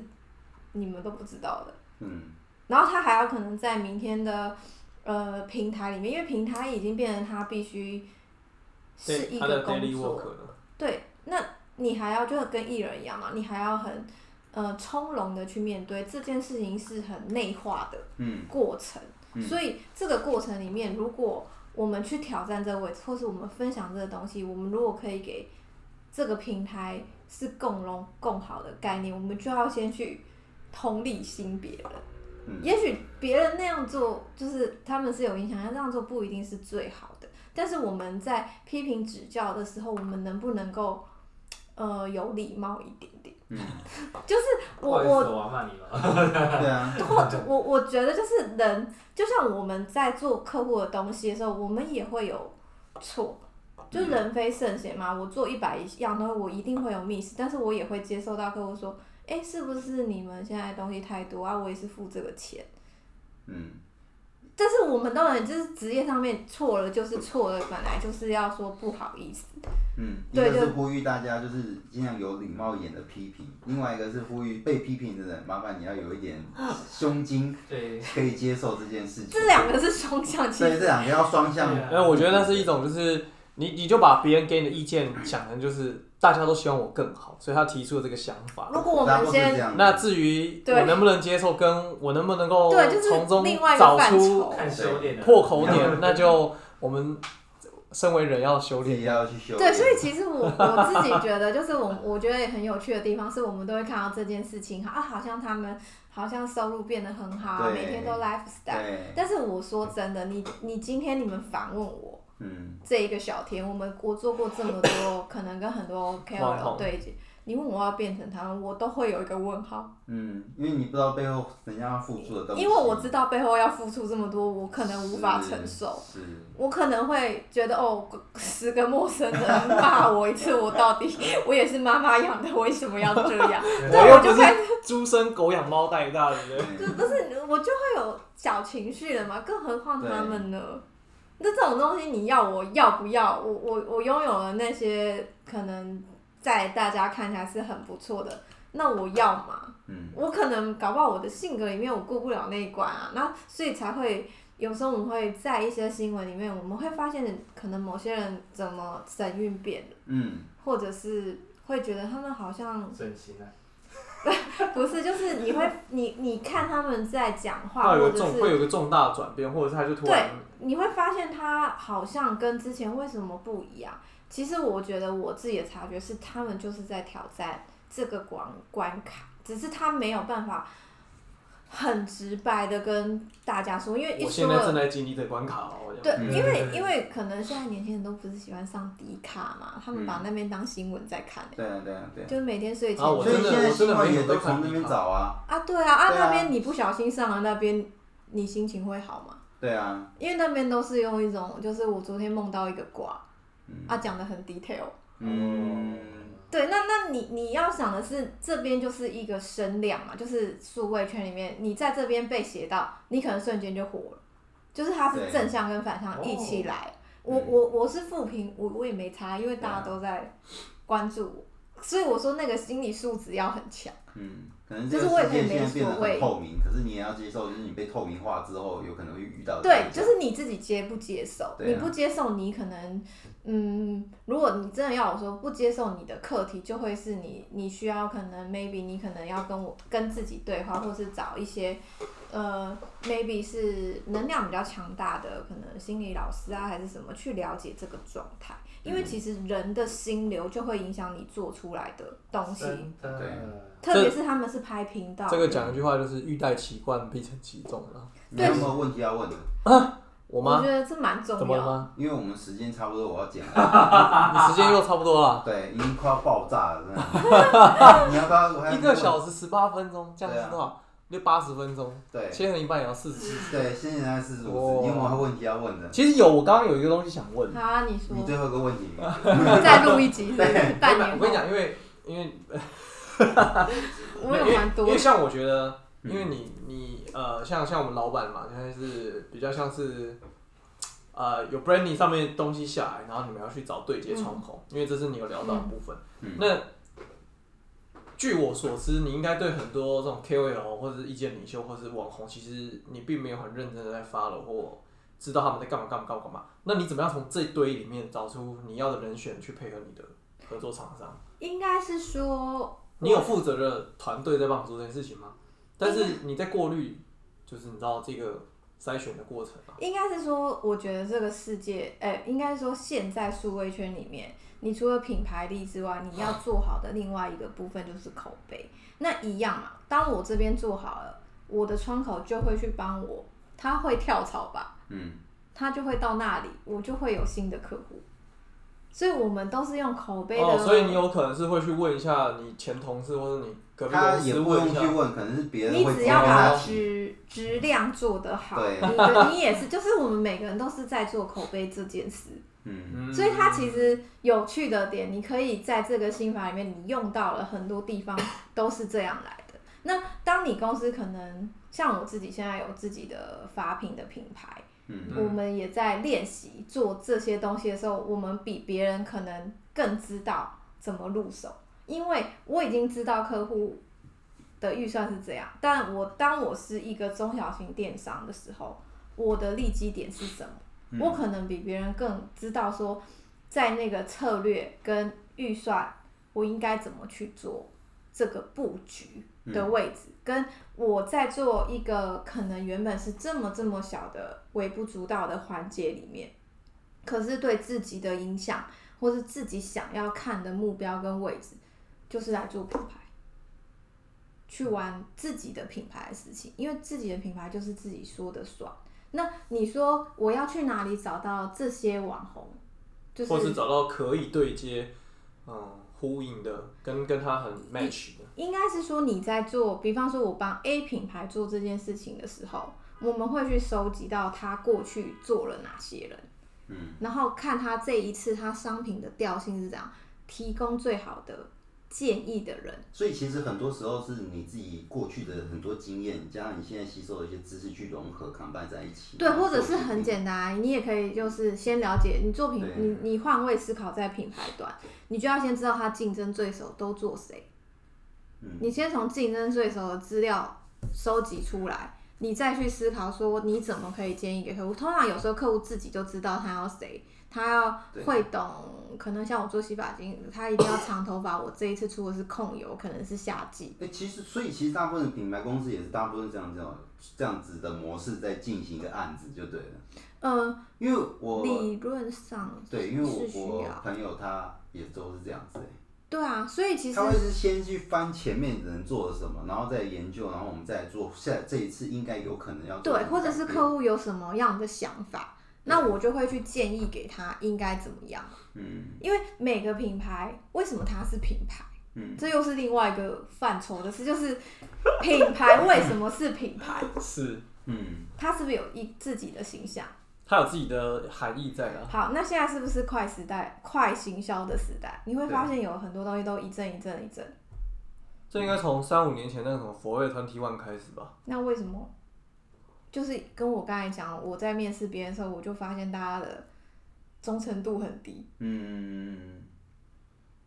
[SPEAKER 3] 你们都不知道的，
[SPEAKER 2] 嗯
[SPEAKER 3] 然后他还有可能在明天的呃平台里面，因为平台已经变成他必须是
[SPEAKER 1] 对
[SPEAKER 3] 一
[SPEAKER 1] 它
[SPEAKER 3] 个
[SPEAKER 1] 的
[SPEAKER 3] 工
[SPEAKER 1] daily
[SPEAKER 3] 作
[SPEAKER 1] work，了
[SPEAKER 3] 对，那你还要就跟艺人一样嘛，你还要很呃从容的去面对这件事情，是很内化的。
[SPEAKER 2] 嗯
[SPEAKER 3] 过程。
[SPEAKER 2] 嗯
[SPEAKER 3] 所以这个过程里面，如果我们去挑战这个位置，或是我们分享这个东西，我们如果可以给这个平台是共荣共好的概念，我们就要先去同理心别人。
[SPEAKER 2] 嗯
[SPEAKER 3] 也许别人那样做，就是他们是有影响，但这样做不一定是最好的。但是我们在批评指教的时候，我们能不能够呃有礼貌一点点？
[SPEAKER 2] 嗯，
[SPEAKER 3] [laughs] 就是
[SPEAKER 5] 不
[SPEAKER 3] 我
[SPEAKER 5] 好意
[SPEAKER 3] 我
[SPEAKER 5] 思，我要骂你了。
[SPEAKER 2] 对啊，
[SPEAKER 3] [laughs] 或者我我觉得就是人，就像我们在做客户的东西的时候，我们也会有错，就人非圣贤嘛。我做一百样东西，我一定会有 miss，但是我也会接受到客户说，哎、是不是你们现在东西太多啊？我也是付这个钱。
[SPEAKER 2] 嗯
[SPEAKER 3] 但是我们当然就是职业上面错了就是错了，本来就是要说不好意思。
[SPEAKER 2] 嗯，一
[SPEAKER 3] 对
[SPEAKER 2] 个
[SPEAKER 3] 就是
[SPEAKER 2] 呼吁大家就是尽量有礼貌一点的批评，另外一个是呼吁被批评的人，麻烦你要有一点胸襟，
[SPEAKER 4] 对，
[SPEAKER 2] 可以接受这件事情。
[SPEAKER 3] 这两个是双向，其
[SPEAKER 2] 所以这
[SPEAKER 3] 实
[SPEAKER 2] 两个要双向
[SPEAKER 4] 对。啊
[SPEAKER 1] 但我觉得那是一种，就是你你就把别人给你的意见想成就是大家都希望我更好，所以他提出了这个想法。
[SPEAKER 3] 如果我
[SPEAKER 2] 大家
[SPEAKER 3] 们
[SPEAKER 2] 都是
[SPEAKER 3] 先
[SPEAKER 2] 这样子。
[SPEAKER 1] 那至于我
[SPEAKER 3] 对
[SPEAKER 1] 能不能接受，跟我能不能够
[SPEAKER 3] 对，就是
[SPEAKER 1] 从中
[SPEAKER 3] 另外一
[SPEAKER 1] 找
[SPEAKER 3] 个范
[SPEAKER 1] 出
[SPEAKER 3] 畴。
[SPEAKER 4] 看修炼的啊
[SPEAKER 1] 破口点， [laughs] 那就我们身为人要修
[SPEAKER 2] 自己
[SPEAKER 1] 炼。
[SPEAKER 2] 要去修炼。
[SPEAKER 3] 对，所以其实我我自己觉得，就是我我觉得也很有趣的地方，是我们都会看到这件事情啊，好像他们好像收入变得很好啊，
[SPEAKER 2] 对
[SPEAKER 3] 每天都 lifestyle。
[SPEAKER 2] 对，
[SPEAKER 3] 但是我说真的，你你今天你们反问我
[SPEAKER 2] 嗯
[SPEAKER 3] 这一个小天，我们我做过这么多，可能
[SPEAKER 2] [coughs]
[SPEAKER 3] 跟很多
[SPEAKER 1] 网
[SPEAKER 3] KOL
[SPEAKER 1] 红
[SPEAKER 3] 对接，你问我要变成他们，我都会有一个问号，
[SPEAKER 2] 嗯，因为你不知道背后人家要付出的东西。
[SPEAKER 3] 因为我知道背后要付出这么多，我可能无法
[SPEAKER 2] 是
[SPEAKER 3] 承受。
[SPEAKER 2] 是，
[SPEAKER 3] 我可能会觉得哦，十个陌生人骂我一次，我到底 [laughs] 我也是妈妈养的，为什么要这 [laughs] 样？对，
[SPEAKER 1] 我又
[SPEAKER 3] 我
[SPEAKER 1] 不
[SPEAKER 3] 就是会
[SPEAKER 1] 猪生狗养猫带大的人。
[SPEAKER 3] 就不是我就会有小情绪了嘛，更何况他们呢？那这种东西你要我要不要？我我我拥有了那些可能在大家看起来是很不错的那我要嘛，
[SPEAKER 2] 嗯，
[SPEAKER 3] 我可能搞不好我的性格里面我过不了那一关啊，那所以才会有时候我们会在一些新闻里面，我们会发现可能某些人怎么神韵变了，
[SPEAKER 2] 嗯，
[SPEAKER 3] 或者是会觉得他们好像
[SPEAKER 4] 整形啊，
[SPEAKER 3] 不是，就是你会你你看他们在讲 [laughs] 话，
[SPEAKER 1] 会有
[SPEAKER 3] 或
[SPEAKER 1] 个
[SPEAKER 3] 者
[SPEAKER 1] 重
[SPEAKER 3] 是
[SPEAKER 1] 会有个重大转变，或者是他就突然
[SPEAKER 3] 你会发现他好像跟之前为什么不一样？其实我觉得我自己的察觉是，他们就是在挑战这个关关卡，只是他没有办法很直白的跟大家说，因为一
[SPEAKER 1] 我现
[SPEAKER 3] 说
[SPEAKER 1] 在正
[SPEAKER 3] 了。
[SPEAKER 1] 在经历这关卡哦，我
[SPEAKER 3] 对
[SPEAKER 1] 讲，
[SPEAKER 3] 因为
[SPEAKER 4] 嗯
[SPEAKER 3] 因为可能现在年轻人都不是喜欢上迪卡嘛，他们把那边当新闻在看、欸，
[SPEAKER 2] 对啊对啊对啊。
[SPEAKER 3] 就每天睡前
[SPEAKER 1] 啊我
[SPEAKER 2] 所以
[SPEAKER 1] 真的
[SPEAKER 2] 现
[SPEAKER 1] 我
[SPEAKER 2] 在
[SPEAKER 1] 真的
[SPEAKER 2] 新
[SPEAKER 1] 没
[SPEAKER 2] 闻
[SPEAKER 1] 有
[SPEAKER 2] 也都
[SPEAKER 1] 在看
[SPEAKER 2] 从那边
[SPEAKER 1] 地
[SPEAKER 2] 找啊，
[SPEAKER 3] 啊对啊啊
[SPEAKER 2] 对啊
[SPEAKER 3] 那边你不小心上了那边，你心情会好吗？
[SPEAKER 2] 对啊，
[SPEAKER 3] 因为那边都是用一种，就是我昨天梦到一个卦，
[SPEAKER 2] 嗯
[SPEAKER 3] 啊，讲的很 detail。
[SPEAKER 2] 嗯，
[SPEAKER 3] 对，那那你你要想的是，这边就是一个声量嘛，就是数位圈里面，你在这边被写到，你可能瞬间就火了，就是它是
[SPEAKER 2] 对
[SPEAKER 3] 正向跟反
[SPEAKER 4] 哦
[SPEAKER 3] 向一起来。我
[SPEAKER 2] 嗯
[SPEAKER 3] 我我是负评，我我也没差，因为大家都在关注我，所以我说那个心理素质要很强。
[SPEAKER 2] 嗯，可能
[SPEAKER 3] 就
[SPEAKER 2] 这
[SPEAKER 3] 是
[SPEAKER 2] 个
[SPEAKER 3] 我也
[SPEAKER 2] 世
[SPEAKER 3] 可以
[SPEAKER 2] 界
[SPEAKER 3] 没
[SPEAKER 2] 现在变得
[SPEAKER 3] 所谓
[SPEAKER 2] 很透明，可是你也要接受，就是你被透明化之后，有可能会遇到的
[SPEAKER 3] 对，
[SPEAKER 2] 现
[SPEAKER 3] 就
[SPEAKER 2] 象
[SPEAKER 3] 是你自己接不接受，
[SPEAKER 2] 对啊
[SPEAKER 3] 你不接受，你可能，嗯，如果你真的要我说不接受你的课题，就会是你你需要可能 maybe 你可能要跟我跟自己对话，或是找一些，呃，maybe 是能量比较强大的可能心理老师啊，还是什么去了解这个状态，因为
[SPEAKER 2] 嗯
[SPEAKER 3] 其实人的心流就会影响你做出来的东西，
[SPEAKER 4] 哦真的
[SPEAKER 2] 对
[SPEAKER 3] 特别是他们是拍频道，
[SPEAKER 1] 这个讲一句话就是欲戴其冠，必承其重了。
[SPEAKER 2] 你有没有问题要问的？
[SPEAKER 1] 我
[SPEAKER 3] 我
[SPEAKER 1] 吗？
[SPEAKER 3] 觉得这蛮重
[SPEAKER 1] 怎么
[SPEAKER 3] 要
[SPEAKER 1] 了
[SPEAKER 3] 的。
[SPEAKER 1] 吗？
[SPEAKER 2] 因为我们时间差不多，我要剪
[SPEAKER 3] [laughs]
[SPEAKER 2] 了，
[SPEAKER 1] 你时间又差不多了，
[SPEAKER 2] 对，已经快要爆炸了，真
[SPEAKER 3] [laughs]
[SPEAKER 2] 的。你要不要？我还
[SPEAKER 1] 一个小时十八分钟，这样
[SPEAKER 2] 对
[SPEAKER 1] 是
[SPEAKER 2] 啊
[SPEAKER 1] 多少？就八十分钟，
[SPEAKER 2] 对
[SPEAKER 1] 切成一半也要四十。
[SPEAKER 2] 对，现在大概四十
[SPEAKER 1] 哦
[SPEAKER 2] 五你有没有问题要问的？
[SPEAKER 1] 其实有，我刚刚有一个东西想问，
[SPEAKER 3] 好啊，你说
[SPEAKER 2] 你最后一个问题，
[SPEAKER 3] [laughs] 再录一集，半年
[SPEAKER 1] 我
[SPEAKER 3] 后
[SPEAKER 1] 跟你，讲，因为因为
[SPEAKER 3] 我有蛮
[SPEAKER 1] 因
[SPEAKER 3] 多
[SPEAKER 1] 为因为像我觉得，
[SPEAKER 2] 嗯
[SPEAKER 1] 因为你你呃，像像我们老板嘛，现在是比较像是呃有 branding 上面东西下来，然后你们要去找对接窗口，
[SPEAKER 3] 嗯
[SPEAKER 1] 因为这是你有聊到的部分。
[SPEAKER 2] 嗯
[SPEAKER 1] 那据我所知，你应该对很多这种 KOL 或者是意见领袖或者是网红，其实你并没有很认真的在 follow 或知道他们在干嘛干嘛干嘛干嘛。那你怎么样从这堆里面找出你要的人选去配合你的合作厂商？
[SPEAKER 3] 应该是说，
[SPEAKER 1] 你有负责的团队在帮你做这件事情吗？但是你在过滤，就是你知道这个筛选的过程啊。
[SPEAKER 3] 应该是说，我觉得这个世界，哎、应该说现在数位圈里面，你除了品牌力之外，你要做好的另外一个部分就是口碑。那一样嘛，当我这边做好了，我的窗口就会去帮我，他会跳槽吧，
[SPEAKER 2] 嗯，
[SPEAKER 3] 他就会到那里，我就会有新的客户。所以我们都是用口碑的，
[SPEAKER 1] 哦，所以你有可能是会去问一下你前同事或者你隔壁
[SPEAKER 2] 他
[SPEAKER 1] 公
[SPEAKER 2] 也
[SPEAKER 1] 司
[SPEAKER 2] 不
[SPEAKER 1] 问一
[SPEAKER 2] 用去
[SPEAKER 1] 下。
[SPEAKER 2] 问，可能是别人
[SPEAKER 3] 你
[SPEAKER 2] 会
[SPEAKER 3] 只要把
[SPEAKER 2] 直接
[SPEAKER 3] 质质量做得好，
[SPEAKER 2] 对
[SPEAKER 3] 你的你也是，就是我们每个人都是在做口碑这件事，
[SPEAKER 2] 嗯，
[SPEAKER 1] 嗯
[SPEAKER 3] 所以它其实有趣的点，你可以在这个心法里面，你用到了很多地方都是这样来的。那当你公司可能像我自己现在有自己的发品的品牌，
[SPEAKER 2] 嗯
[SPEAKER 1] 嗯
[SPEAKER 3] 我们也在练习做这些东西的时候，我们比别人可能更知道怎么入手，因为我已经知道客户的预算是这样，但我当我是一个中小型电商的时候，我的利基点是什么？
[SPEAKER 2] 嗯
[SPEAKER 3] 我可能比别人更知道说，在那个策略跟预算，我应该怎么去做这个布局
[SPEAKER 1] 嗯
[SPEAKER 3] 的位置，跟我在做一个可能原本是这么这么小的微不足道的环节里面，可是对自己的影响，或是自己想要看的目标跟位置，就是来做品牌。去玩自己的品牌的事情，因为自己的品牌就是自己说的算。那你说我要去哪里找到这些网红？就是
[SPEAKER 1] 或是找到可以对接，嗯，呼应的，跟跟他很 match 的。
[SPEAKER 3] 应该是说你在做，比方说我帮 A 品牌做这件事情的时候，我们会去收集到他过去做了哪些人，
[SPEAKER 2] 嗯，
[SPEAKER 3] 然后看他这一次他商品的调性是怎样，提供最好的建议的人。
[SPEAKER 2] 所以其实很多时候是你自己过去的很多经验，加上你现在吸收的一些知识去融合、扛拌在一起。
[SPEAKER 3] 对，
[SPEAKER 2] 然后
[SPEAKER 3] 或者是
[SPEAKER 2] 做决定
[SPEAKER 3] 很简单，你也可以就是先了解你作品
[SPEAKER 2] 对，
[SPEAKER 3] 你你换位思考在品牌端，你就要先知道他竞争对手都做谁，
[SPEAKER 2] 嗯
[SPEAKER 3] 你先从竞争对手的资料收集出来，你再去思考说你怎么可以建议给客户。通常有时候客户自己就知道他要谁，他要
[SPEAKER 2] 对
[SPEAKER 3] 会懂，可能像我做洗发精，他一定要长头发。我这一次出的是控油，可能是
[SPEAKER 2] [laughs]
[SPEAKER 3] 夏季。
[SPEAKER 2] 哎、其实所以其实大部分的品牌公司也是大部分这样这样这样子的模式在进行一个案子就对了，
[SPEAKER 3] 嗯、
[SPEAKER 2] 因为我
[SPEAKER 3] 理论上
[SPEAKER 2] 哦对，因为
[SPEAKER 3] 是
[SPEAKER 2] 我
[SPEAKER 3] 需
[SPEAKER 2] 我
[SPEAKER 3] 要。
[SPEAKER 2] 朋友他也都是这样子、欸，
[SPEAKER 3] 对啊，所以其实
[SPEAKER 2] 他会是先去翻前面的人做了什么，然后再研究，然后我们再做下这一次应该有可能要做
[SPEAKER 3] 对，或者是客
[SPEAKER 2] 户
[SPEAKER 3] 户有什么样的想法，那我就会去建议给他应该怎么样。
[SPEAKER 2] 嗯
[SPEAKER 3] 因为每个品牌为什么它是品牌？
[SPEAKER 2] 嗯
[SPEAKER 3] 这又是另外一个范畴的事，就是品牌为什么是品牌？
[SPEAKER 1] 是
[SPEAKER 2] 嗯，
[SPEAKER 3] 它是不是有一自己的形象？
[SPEAKER 1] 它有自己的含义在啦。
[SPEAKER 3] 好，那现在是不是快时代、快行销的时代？你会发现有很多东西都一阵一阵一阵。
[SPEAKER 1] 这应该从三五年前那个什么佛味团体 One 开始吧？
[SPEAKER 3] 那为什么？就是跟我刚才讲，我在面试别人的时候，我就发现大家的忠诚度很低。
[SPEAKER 2] 嗯，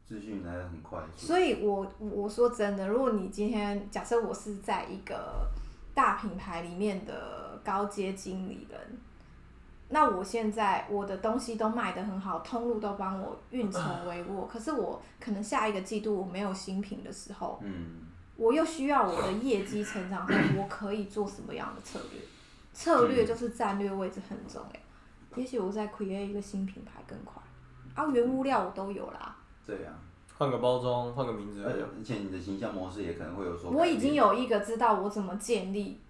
[SPEAKER 2] 资讯来的很快速，
[SPEAKER 3] 所以我我说真的，如果你今天假设我是在一个大品牌里面的高阶经理人，那我现在我的东西都卖得很好，通路都帮我运筹帷幄，可是我可能下一个季度我没有新品的时候，
[SPEAKER 2] 嗯
[SPEAKER 3] 我又需要我的业绩成长的时候，我可以做什么样的策略？策略就是战略位置很重要。也许我在 create 一个新品牌更快啊，原物料我都有啦。
[SPEAKER 2] 对啊，
[SPEAKER 1] 换个包装，换个名字而
[SPEAKER 3] 嗯
[SPEAKER 1] 已啊。
[SPEAKER 2] 而且你的形象模式也可能会有所改变，嗯
[SPEAKER 3] 我已经有一个知道我怎么建立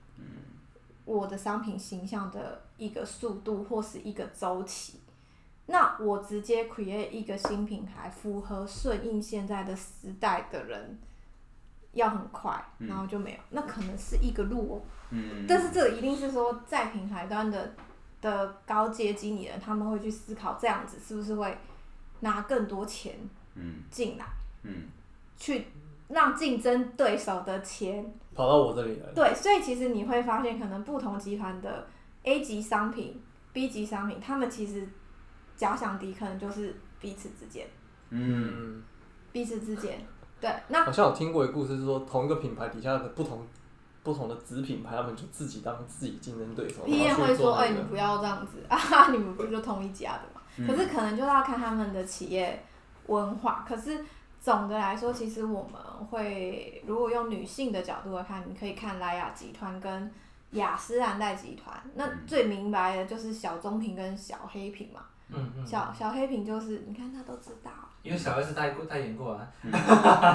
[SPEAKER 3] 我的商品形象的一个速度或是一个周期。那我直接 create 一个新品牌，符合顺应现在的时代的人，要很快，
[SPEAKER 2] 嗯
[SPEAKER 3] 然后就没有。那可能是一个路哦，
[SPEAKER 2] 嗯，
[SPEAKER 3] 但是这一定是说在品牌端的的高阶经理人，他们会去思考这样子是不是会拿更多钱
[SPEAKER 2] 嗯
[SPEAKER 3] 进来，
[SPEAKER 2] 嗯
[SPEAKER 3] 去让竞争对手的钱
[SPEAKER 1] 跑到我这里来了，
[SPEAKER 3] 对，所以其实你会发现，可能不同集团的 A 级商品、B 级商品，他们其实假想敌可能就是彼此之间，
[SPEAKER 2] 嗯
[SPEAKER 1] 嗯，
[SPEAKER 3] 彼此之间。对，那
[SPEAKER 1] 好像有听过一个故事，是说同一个品牌底下的不同不同的子品牌，他们就自己当自己竞争对手，
[SPEAKER 3] P
[SPEAKER 1] 然
[SPEAKER 3] N
[SPEAKER 1] 后
[SPEAKER 3] 会
[SPEAKER 1] 去
[SPEAKER 3] 说：“
[SPEAKER 1] 做
[SPEAKER 3] 哎、
[SPEAKER 1] 那
[SPEAKER 3] 你
[SPEAKER 1] 个。
[SPEAKER 3] 不要这样子 [laughs] 啊，你们不就同一家的嘛？”
[SPEAKER 1] 嗯
[SPEAKER 3] 可是可能就要看他们的企业文化。可是总的来说，其实我们会如果用女性的角度来看，你可以看莱雅集团跟雅诗兰黛集团，那
[SPEAKER 2] 嗯
[SPEAKER 3] 最明白的就是小棕瓶跟小黑瓶嘛。
[SPEAKER 4] 嗯嗯，
[SPEAKER 3] 小小黑瓶就是，你看他都知道，
[SPEAKER 4] 因为小 S 代过代言过啊，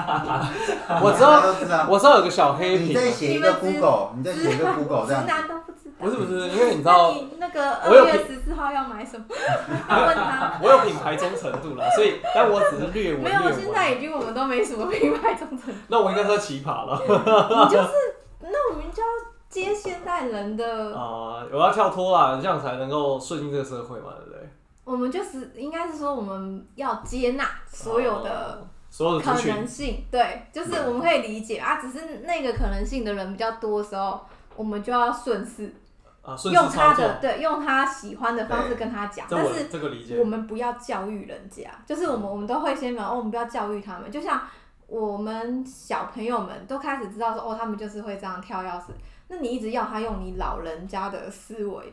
[SPEAKER 1] 我知
[SPEAKER 2] 大家
[SPEAKER 1] 道，
[SPEAKER 2] 嗯都知道，
[SPEAKER 1] 我知道有个小黑
[SPEAKER 2] 你
[SPEAKER 1] 瓶，啊
[SPEAKER 2] 再写一个
[SPEAKER 3] 你们知
[SPEAKER 2] Google，你再写一个 Google 这
[SPEAKER 3] 直
[SPEAKER 2] 样子，
[SPEAKER 3] 男都不知道。
[SPEAKER 1] 不是不是，因为你知
[SPEAKER 3] 那
[SPEAKER 1] 道
[SPEAKER 3] 你那个
[SPEAKER 1] 我
[SPEAKER 3] 二
[SPEAKER 1] 有
[SPEAKER 3] 月十四号要
[SPEAKER 1] [laughs]
[SPEAKER 3] 买什么？问他。
[SPEAKER 1] 我有品牌忠诚度啦，所以但我只是略微
[SPEAKER 3] 没
[SPEAKER 1] 略
[SPEAKER 3] 有，
[SPEAKER 1] 微
[SPEAKER 3] 现。在已经我们都没什么品牌忠诚，
[SPEAKER 1] 那我应该是奇葩了
[SPEAKER 3] 你就是那我们就要接现代人的，
[SPEAKER 1] 啊、我要跳脱啦，这样才能够顺应这个社会嘛，对不对？
[SPEAKER 3] 我们就是应该是说我们要接纳所有的
[SPEAKER 1] 哦所有的
[SPEAKER 3] 可
[SPEAKER 1] 族
[SPEAKER 3] 能
[SPEAKER 1] 群，
[SPEAKER 3] 性，对，就是我们可以理解啊，只是那个可能性的人比较多的时候，我们就要顺势
[SPEAKER 1] 啊，顺
[SPEAKER 3] 用
[SPEAKER 1] 势
[SPEAKER 3] 他
[SPEAKER 1] 操
[SPEAKER 3] 的
[SPEAKER 1] 作。
[SPEAKER 3] 对，用他喜欢的方式跟他讲，
[SPEAKER 1] 这
[SPEAKER 3] 但
[SPEAKER 1] 我
[SPEAKER 3] 是
[SPEAKER 1] 这个理解嗯
[SPEAKER 3] 我，们不要教育人家，就是我们我们都会先讲哦，我们不要教育他们，就像我们小朋友们都开始知道说哦，他们就是会这样跳钥匙，那你一直要他用你老人家的思维，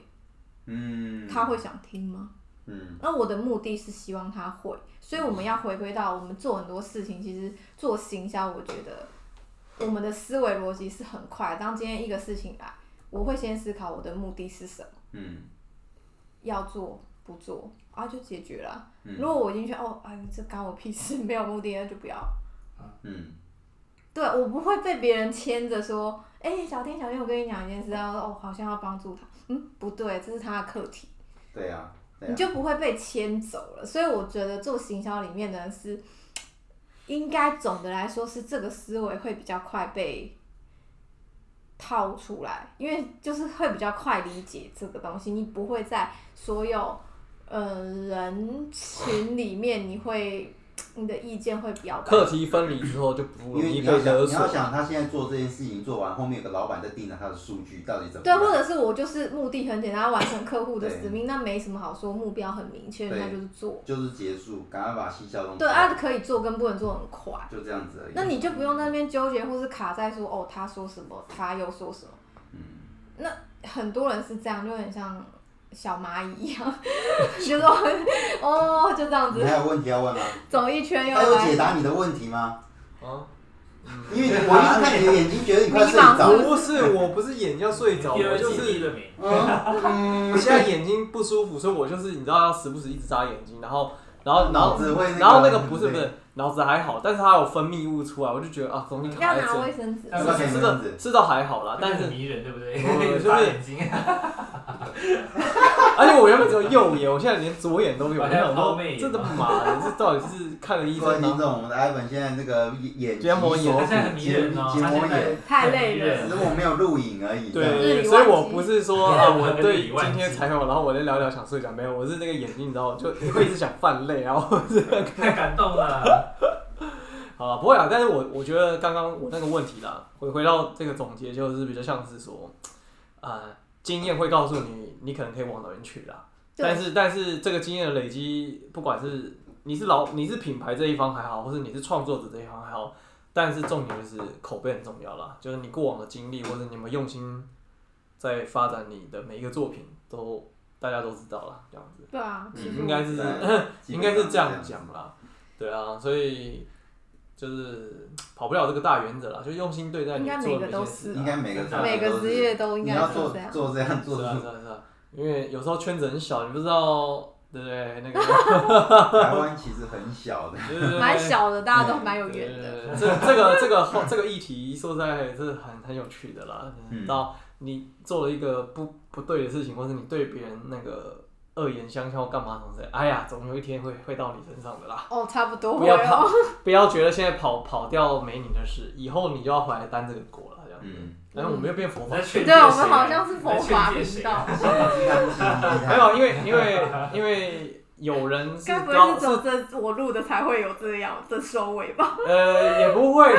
[SPEAKER 2] 嗯，
[SPEAKER 3] 他会想听吗？
[SPEAKER 2] 嗯
[SPEAKER 3] 那我的目的是希望他会，所以我们要回归到我们做很多事情，其实做行销，我觉得我们的思维逻辑是很快。当今天一个事情来，我会先思考我的目的是什么，
[SPEAKER 2] 嗯
[SPEAKER 3] 要做不做啊，就解决了。
[SPEAKER 2] 嗯
[SPEAKER 3] 如果我已经觉得哦，哎，这干我屁事， [laughs] 没有目的那就不要。
[SPEAKER 2] 嗯
[SPEAKER 3] 对我不会被别人牵着说，哎、小天小天，我跟你讲一件事啊，哦，好像要帮助他，嗯，不对，这是他的课题。
[SPEAKER 2] 对啊对
[SPEAKER 3] 你
[SPEAKER 2] 啊，
[SPEAKER 3] 就不会被牵走了。所以我觉得做行销里面的人是，应该总的来说是这个思维会比较快被套出来，因为就是会比较快理解这个东西。你不会在所有呃人群里面，你会你的意见会表达。
[SPEAKER 1] 课题分离之后就不
[SPEAKER 2] 因为
[SPEAKER 1] 容易
[SPEAKER 2] 你
[SPEAKER 1] 被
[SPEAKER 2] 要想，
[SPEAKER 1] 勒
[SPEAKER 2] 你
[SPEAKER 1] 索
[SPEAKER 2] 要。想他现在做这件事情做完，后面有个老板在盯着他的数据到底怎么
[SPEAKER 3] 对，啊
[SPEAKER 2] 样。
[SPEAKER 3] 或者是我就是目的很简单，完成客户的
[SPEAKER 2] 对
[SPEAKER 3] 使命，那没什么好说，目标很明确，
[SPEAKER 2] 对
[SPEAKER 3] 那就是做。
[SPEAKER 2] 就是结束，赶快把西销弄。
[SPEAKER 3] 对啊，，可以做跟不能做很快，
[SPEAKER 2] 就这样子而已。
[SPEAKER 3] 那你就不用在那边纠结或是卡在说哦，他说什么，他又说什么。
[SPEAKER 2] 嗯，
[SPEAKER 3] 很多人是这样，就很像小蚂蚁一样， [laughs] 就说哦，就这样
[SPEAKER 2] 你
[SPEAKER 3] 子
[SPEAKER 2] 还有问题要问吗？
[SPEAKER 3] 走一圈又
[SPEAKER 2] 他有解
[SPEAKER 3] 来。
[SPEAKER 2] 答你的问题吗？
[SPEAKER 1] 啊，
[SPEAKER 2] 因为我一看你的眼睛，觉得你快睡
[SPEAKER 3] 迷
[SPEAKER 2] 着
[SPEAKER 3] 茫
[SPEAKER 2] 了。
[SPEAKER 1] 不是，我不是眼要睡 [laughs] 着，
[SPEAKER 5] 第
[SPEAKER 1] 我
[SPEAKER 5] 二
[SPEAKER 1] 就
[SPEAKER 5] 季第
[SPEAKER 1] 是
[SPEAKER 5] 一名，
[SPEAKER 2] 嗯，
[SPEAKER 1] 现在眼睛不舒服，所以我就是你知道要时不时一直眨眼睛，然后 [laughs] 然后然
[SPEAKER 2] 脑
[SPEAKER 1] 后
[SPEAKER 2] 子会那个，
[SPEAKER 1] 然后那个不是不
[SPEAKER 2] 对
[SPEAKER 1] 是脑子还好，但是它有分泌物出来，我就觉得啊东西卡
[SPEAKER 3] 要
[SPEAKER 1] 在
[SPEAKER 3] 拿
[SPEAKER 1] 这
[SPEAKER 3] 卫
[SPEAKER 1] 里，
[SPEAKER 3] 生纸，
[SPEAKER 5] 那
[SPEAKER 2] 要拿卫
[SPEAKER 1] 是
[SPEAKER 2] 生
[SPEAKER 1] 的
[SPEAKER 2] 纸
[SPEAKER 1] 是的还好啦，啊但
[SPEAKER 5] 很
[SPEAKER 1] 是
[SPEAKER 5] 迷人，对不对？ [laughs]
[SPEAKER 1] 不不不
[SPEAKER 5] 眨眼睛，
[SPEAKER 1] 而且我原本只有右眼，我现在连左眼都有，我
[SPEAKER 5] 好像
[SPEAKER 1] 想
[SPEAKER 5] 抛
[SPEAKER 1] 说
[SPEAKER 5] 媚眼
[SPEAKER 1] 这他妈的，这到底是看了医
[SPEAKER 2] 各位
[SPEAKER 1] 生
[SPEAKER 2] 听
[SPEAKER 1] 吗？
[SPEAKER 2] 众，我们的 i 本现在这个眼
[SPEAKER 1] 结膜炎
[SPEAKER 2] 眼
[SPEAKER 5] 他现在很迷人哦，
[SPEAKER 2] 结
[SPEAKER 5] 他
[SPEAKER 2] 膜
[SPEAKER 5] 现
[SPEAKER 2] 炎，
[SPEAKER 5] 在
[SPEAKER 3] 太累
[SPEAKER 2] 只
[SPEAKER 3] 人
[SPEAKER 2] 是我没有录影而已。这样，
[SPEAKER 3] 日
[SPEAKER 1] 对，
[SPEAKER 3] 理
[SPEAKER 1] 所以
[SPEAKER 3] 万
[SPEAKER 1] 我
[SPEAKER 3] 机
[SPEAKER 1] 不是
[SPEAKER 5] [laughs]
[SPEAKER 1] 说啊，我
[SPEAKER 5] 日
[SPEAKER 1] 对
[SPEAKER 5] 理万
[SPEAKER 1] 今天
[SPEAKER 5] 机
[SPEAKER 1] 采访，然后我在聊聊想睡觉，没有，我是那个眼睛，你知道，就会一直想泛泪，然后 [laughs]
[SPEAKER 5] 太感动了，
[SPEAKER 1] 好了，不会啊，但是我我觉得刚刚我那个问题啦，回回到这个总结，就是比较像是说，呃，经验会告诉你，你可能可以往哪边去啦。
[SPEAKER 3] 对
[SPEAKER 1] 但是但是这个经验的累积，不管是你是老你是品牌这一方还好，或是你是创作者这一方还好，但是重点就是口碑很重要啦，就是你过往的经历，或者你们用心在发展你的每一个作品，都大家都知道啦，这样子。
[SPEAKER 3] 对啊，其实
[SPEAKER 1] 应该是 [laughs]
[SPEAKER 2] 对
[SPEAKER 1] 应该是这样
[SPEAKER 2] 嗯基本上是这样
[SPEAKER 1] 讲啦，对啊，所以就是跑不了这个大原则啦，就用心对待你
[SPEAKER 3] 应该
[SPEAKER 1] 做
[SPEAKER 3] 每
[SPEAKER 1] 的
[SPEAKER 3] 个
[SPEAKER 1] 每
[SPEAKER 3] 都
[SPEAKER 1] 件
[SPEAKER 3] 是
[SPEAKER 1] 事
[SPEAKER 3] 啊
[SPEAKER 2] 应该每个
[SPEAKER 5] 这样
[SPEAKER 3] 每个职业都应
[SPEAKER 2] 你
[SPEAKER 3] 该
[SPEAKER 2] 要
[SPEAKER 3] 是
[SPEAKER 2] 做
[SPEAKER 3] 这样。
[SPEAKER 2] 做这样做
[SPEAKER 1] 是
[SPEAKER 2] 这
[SPEAKER 1] 啊
[SPEAKER 2] 样
[SPEAKER 1] 是啊是啊，因为有时候圈子很小，你不知道，对不对？
[SPEAKER 3] [laughs]
[SPEAKER 1] 那个
[SPEAKER 2] 台湾其实很小的，
[SPEAKER 1] 对对对 [laughs]
[SPEAKER 3] 蛮小的，大家都蛮有
[SPEAKER 1] 对
[SPEAKER 3] 缘
[SPEAKER 1] 对
[SPEAKER 3] 的。
[SPEAKER 1] 对这这个这个后这个议题说实在是很很有趣的啦。
[SPEAKER 2] 嗯
[SPEAKER 1] 到你做了一个不不对的事情，或是你对别人那个恶言相向或干嘛什么之类，哎呀，总有一天会会到你身上的啦。
[SPEAKER 3] 哦，差不多
[SPEAKER 1] 不
[SPEAKER 3] 会
[SPEAKER 1] 要
[SPEAKER 3] 哦。
[SPEAKER 1] 不要觉得现在跑跑掉没你的事，以后你就要回来担这个锅了，这样。
[SPEAKER 2] [laughs] 嗯，
[SPEAKER 1] 但是我们又变佛
[SPEAKER 5] 我
[SPEAKER 1] 法
[SPEAKER 5] 在，劝啊
[SPEAKER 3] 对，我们好像是佛法
[SPEAKER 5] 你在劝诫
[SPEAKER 3] 频
[SPEAKER 5] 谁
[SPEAKER 3] 道
[SPEAKER 5] 啊，
[SPEAKER 1] 没有，因为因为因为有人是
[SPEAKER 3] 该不会
[SPEAKER 1] 高
[SPEAKER 3] 是只有这我录的才会有这样这收尾吧？
[SPEAKER 1] 呃也不会， [laughs]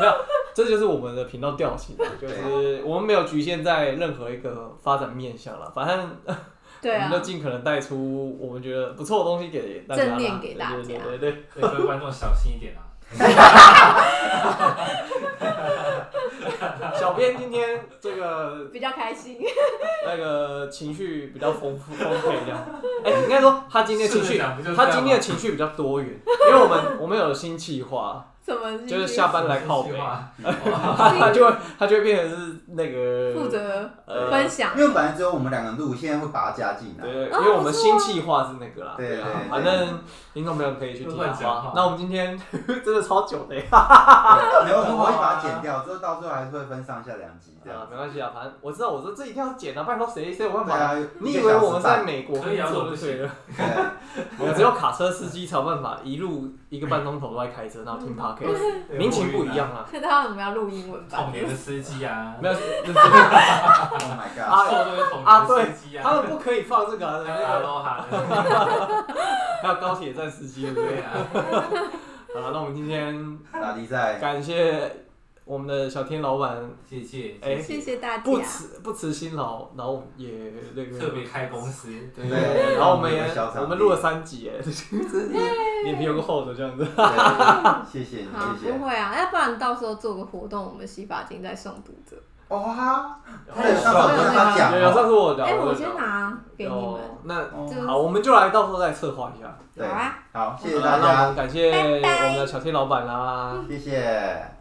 [SPEAKER 1] 没有，这就是我们的频道调性，
[SPEAKER 5] 啊
[SPEAKER 1] 就是我们没有局限在任何一个发展面向了，反正
[SPEAKER 3] 对
[SPEAKER 1] 我
[SPEAKER 3] 啊
[SPEAKER 1] 们，就尽可能带出我们觉得不错的东西给大家啦，
[SPEAKER 3] 正念给大家
[SPEAKER 1] 对对对对对
[SPEAKER 5] [laughs] 对各位观众小心一点啊！
[SPEAKER 1] 小编今天这个
[SPEAKER 3] 比较开心。 [laughs]
[SPEAKER 1] 那个情绪比较丰富丰沛这样。哎、应该说他今天的情
[SPEAKER 5] 是
[SPEAKER 1] 绪，
[SPEAKER 5] 这样不就是这
[SPEAKER 1] 他
[SPEAKER 5] 样吗
[SPEAKER 1] 今天的情绪比较多元，因为我们我们有新企划，
[SPEAKER 3] 什么日记？
[SPEAKER 1] 就是下班来靠北
[SPEAKER 5] 说实，话
[SPEAKER 1] 他他就会他就会变成是那
[SPEAKER 3] 负
[SPEAKER 1] 个
[SPEAKER 3] 责
[SPEAKER 1] 呃
[SPEAKER 3] 分享
[SPEAKER 2] 因。为本来只有我们两个录，现在会把它加进来
[SPEAKER 1] 对，。对，
[SPEAKER 3] 啊
[SPEAKER 1] 因为我们新企划是那个啦，
[SPEAKER 2] 对对
[SPEAKER 1] 啊
[SPEAKER 2] 对，
[SPEAKER 1] 反正听众朋友可以去听啊
[SPEAKER 5] 乱
[SPEAKER 1] 好
[SPEAKER 5] 讲
[SPEAKER 1] 不好
[SPEAKER 5] 话？
[SPEAKER 1] 那我们今天 [laughs] 真的超久的呀，
[SPEAKER 2] 然后我会把它剪掉，之后到最后还是会分上下两集这
[SPEAKER 1] 啊
[SPEAKER 2] 样。
[SPEAKER 1] 没关系啊，反正我知道我说这一定要剪啊，拜托谁谁有办
[SPEAKER 2] 对
[SPEAKER 1] 法？
[SPEAKER 2] 啊，
[SPEAKER 1] 你
[SPEAKER 2] 一
[SPEAKER 1] 以
[SPEAKER 2] 个
[SPEAKER 1] 为
[SPEAKER 2] 小时
[SPEAKER 1] 我们在
[SPEAKER 2] 半
[SPEAKER 1] 美国
[SPEAKER 5] 可以啊
[SPEAKER 1] 工
[SPEAKER 5] 我
[SPEAKER 1] 作
[SPEAKER 5] 不
[SPEAKER 1] 就
[SPEAKER 5] 行
[SPEAKER 1] 对
[SPEAKER 5] [laughs]
[SPEAKER 1] 了？
[SPEAKER 2] 对
[SPEAKER 1] 我只有卡车司机才有办法一路一个半钟头都在开车，然后听 podcast，
[SPEAKER 5] [laughs] 对啊
[SPEAKER 1] 民情不一样啊。
[SPEAKER 3] 看他们有没有录英文版
[SPEAKER 5] 统？联的司机啊，
[SPEAKER 1] [laughs]
[SPEAKER 5] [laughs]
[SPEAKER 1] 没有，
[SPEAKER 2] ，Oh my god！
[SPEAKER 1] 啊
[SPEAKER 5] 受都是统联的司机啊，
[SPEAKER 1] 他们不可以放这个、啊，
[SPEAKER 5] 还有阿
[SPEAKER 1] 那个
[SPEAKER 5] 罗哈的，
[SPEAKER 1] 还有高铁站司机，对不
[SPEAKER 5] 对 [laughs]
[SPEAKER 1] 对？
[SPEAKER 5] 啊，
[SPEAKER 1] 好了，那我们今天
[SPEAKER 2] 打比赛，
[SPEAKER 1] 感谢我们的小天老板，
[SPEAKER 5] 谢谢，
[SPEAKER 1] 哎
[SPEAKER 5] 谢
[SPEAKER 3] 谢
[SPEAKER 5] 谢，
[SPEAKER 3] 谢大家。
[SPEAKER 1] 不辞不辞辛劳，然后也那个
[SPEAKER 5] 哎特别开公司，
[SPEAKER 1] 对
[SPEAKER 2] 对
[SPEAKER 1] 然后我们也
[SPEAKER 2] 我们有小场地
[SPEAKER 1] 我们录了三集， [laughs] 哎，这是脸皮有个厚的这样子。
[SPEAKER 2] 对谢谢你，
[SPEAKER 3] 好，
[SPEAKER 2] 谢
[SPEAKER 3] 不
[SPEAKER 2] 谢。
[SPEAKER 3] 会啊，要不然到时候做个活动，我们洗发精再送读者。
[SPEAKER 2] 哦哇，他
[SPEAKER 1] 有
[SPEAKER 2] 有上次我跟他讲
[SPEAKER 1] 有有上次
[SPEAKER 2] 哦，
[SPEAKER 1] 啊我聊，
[SPEAKER 3] 哎，我
[SPEAKER 1] 有
[SPEAKER 3] 先
[SPEAKER 1] 聊
[SPEAKER 3] 拿给你们
[SPEAKER 1] 有。那
[SPEAKER 2] 哦
[SPEAKER 3] 就
[SPEAKER 1] 好，我们就来到时候再策划一下。
[SPEAKER 2] 对
[SPEAKER 3] 好啊，
[SPEAKER 2] 好，谢谢
[SPEAKER 1] 好啦
[SPEAKER 2] 大
[SPEAKER 1] 那我们
[SPEAKER 2] 家，
[SPEAKER 1] 感谢
[SPEAKER 3] 拜拜
[SPEAKER 1] 我们的小天老板啦。
[SPEAKER 2] 谢谢。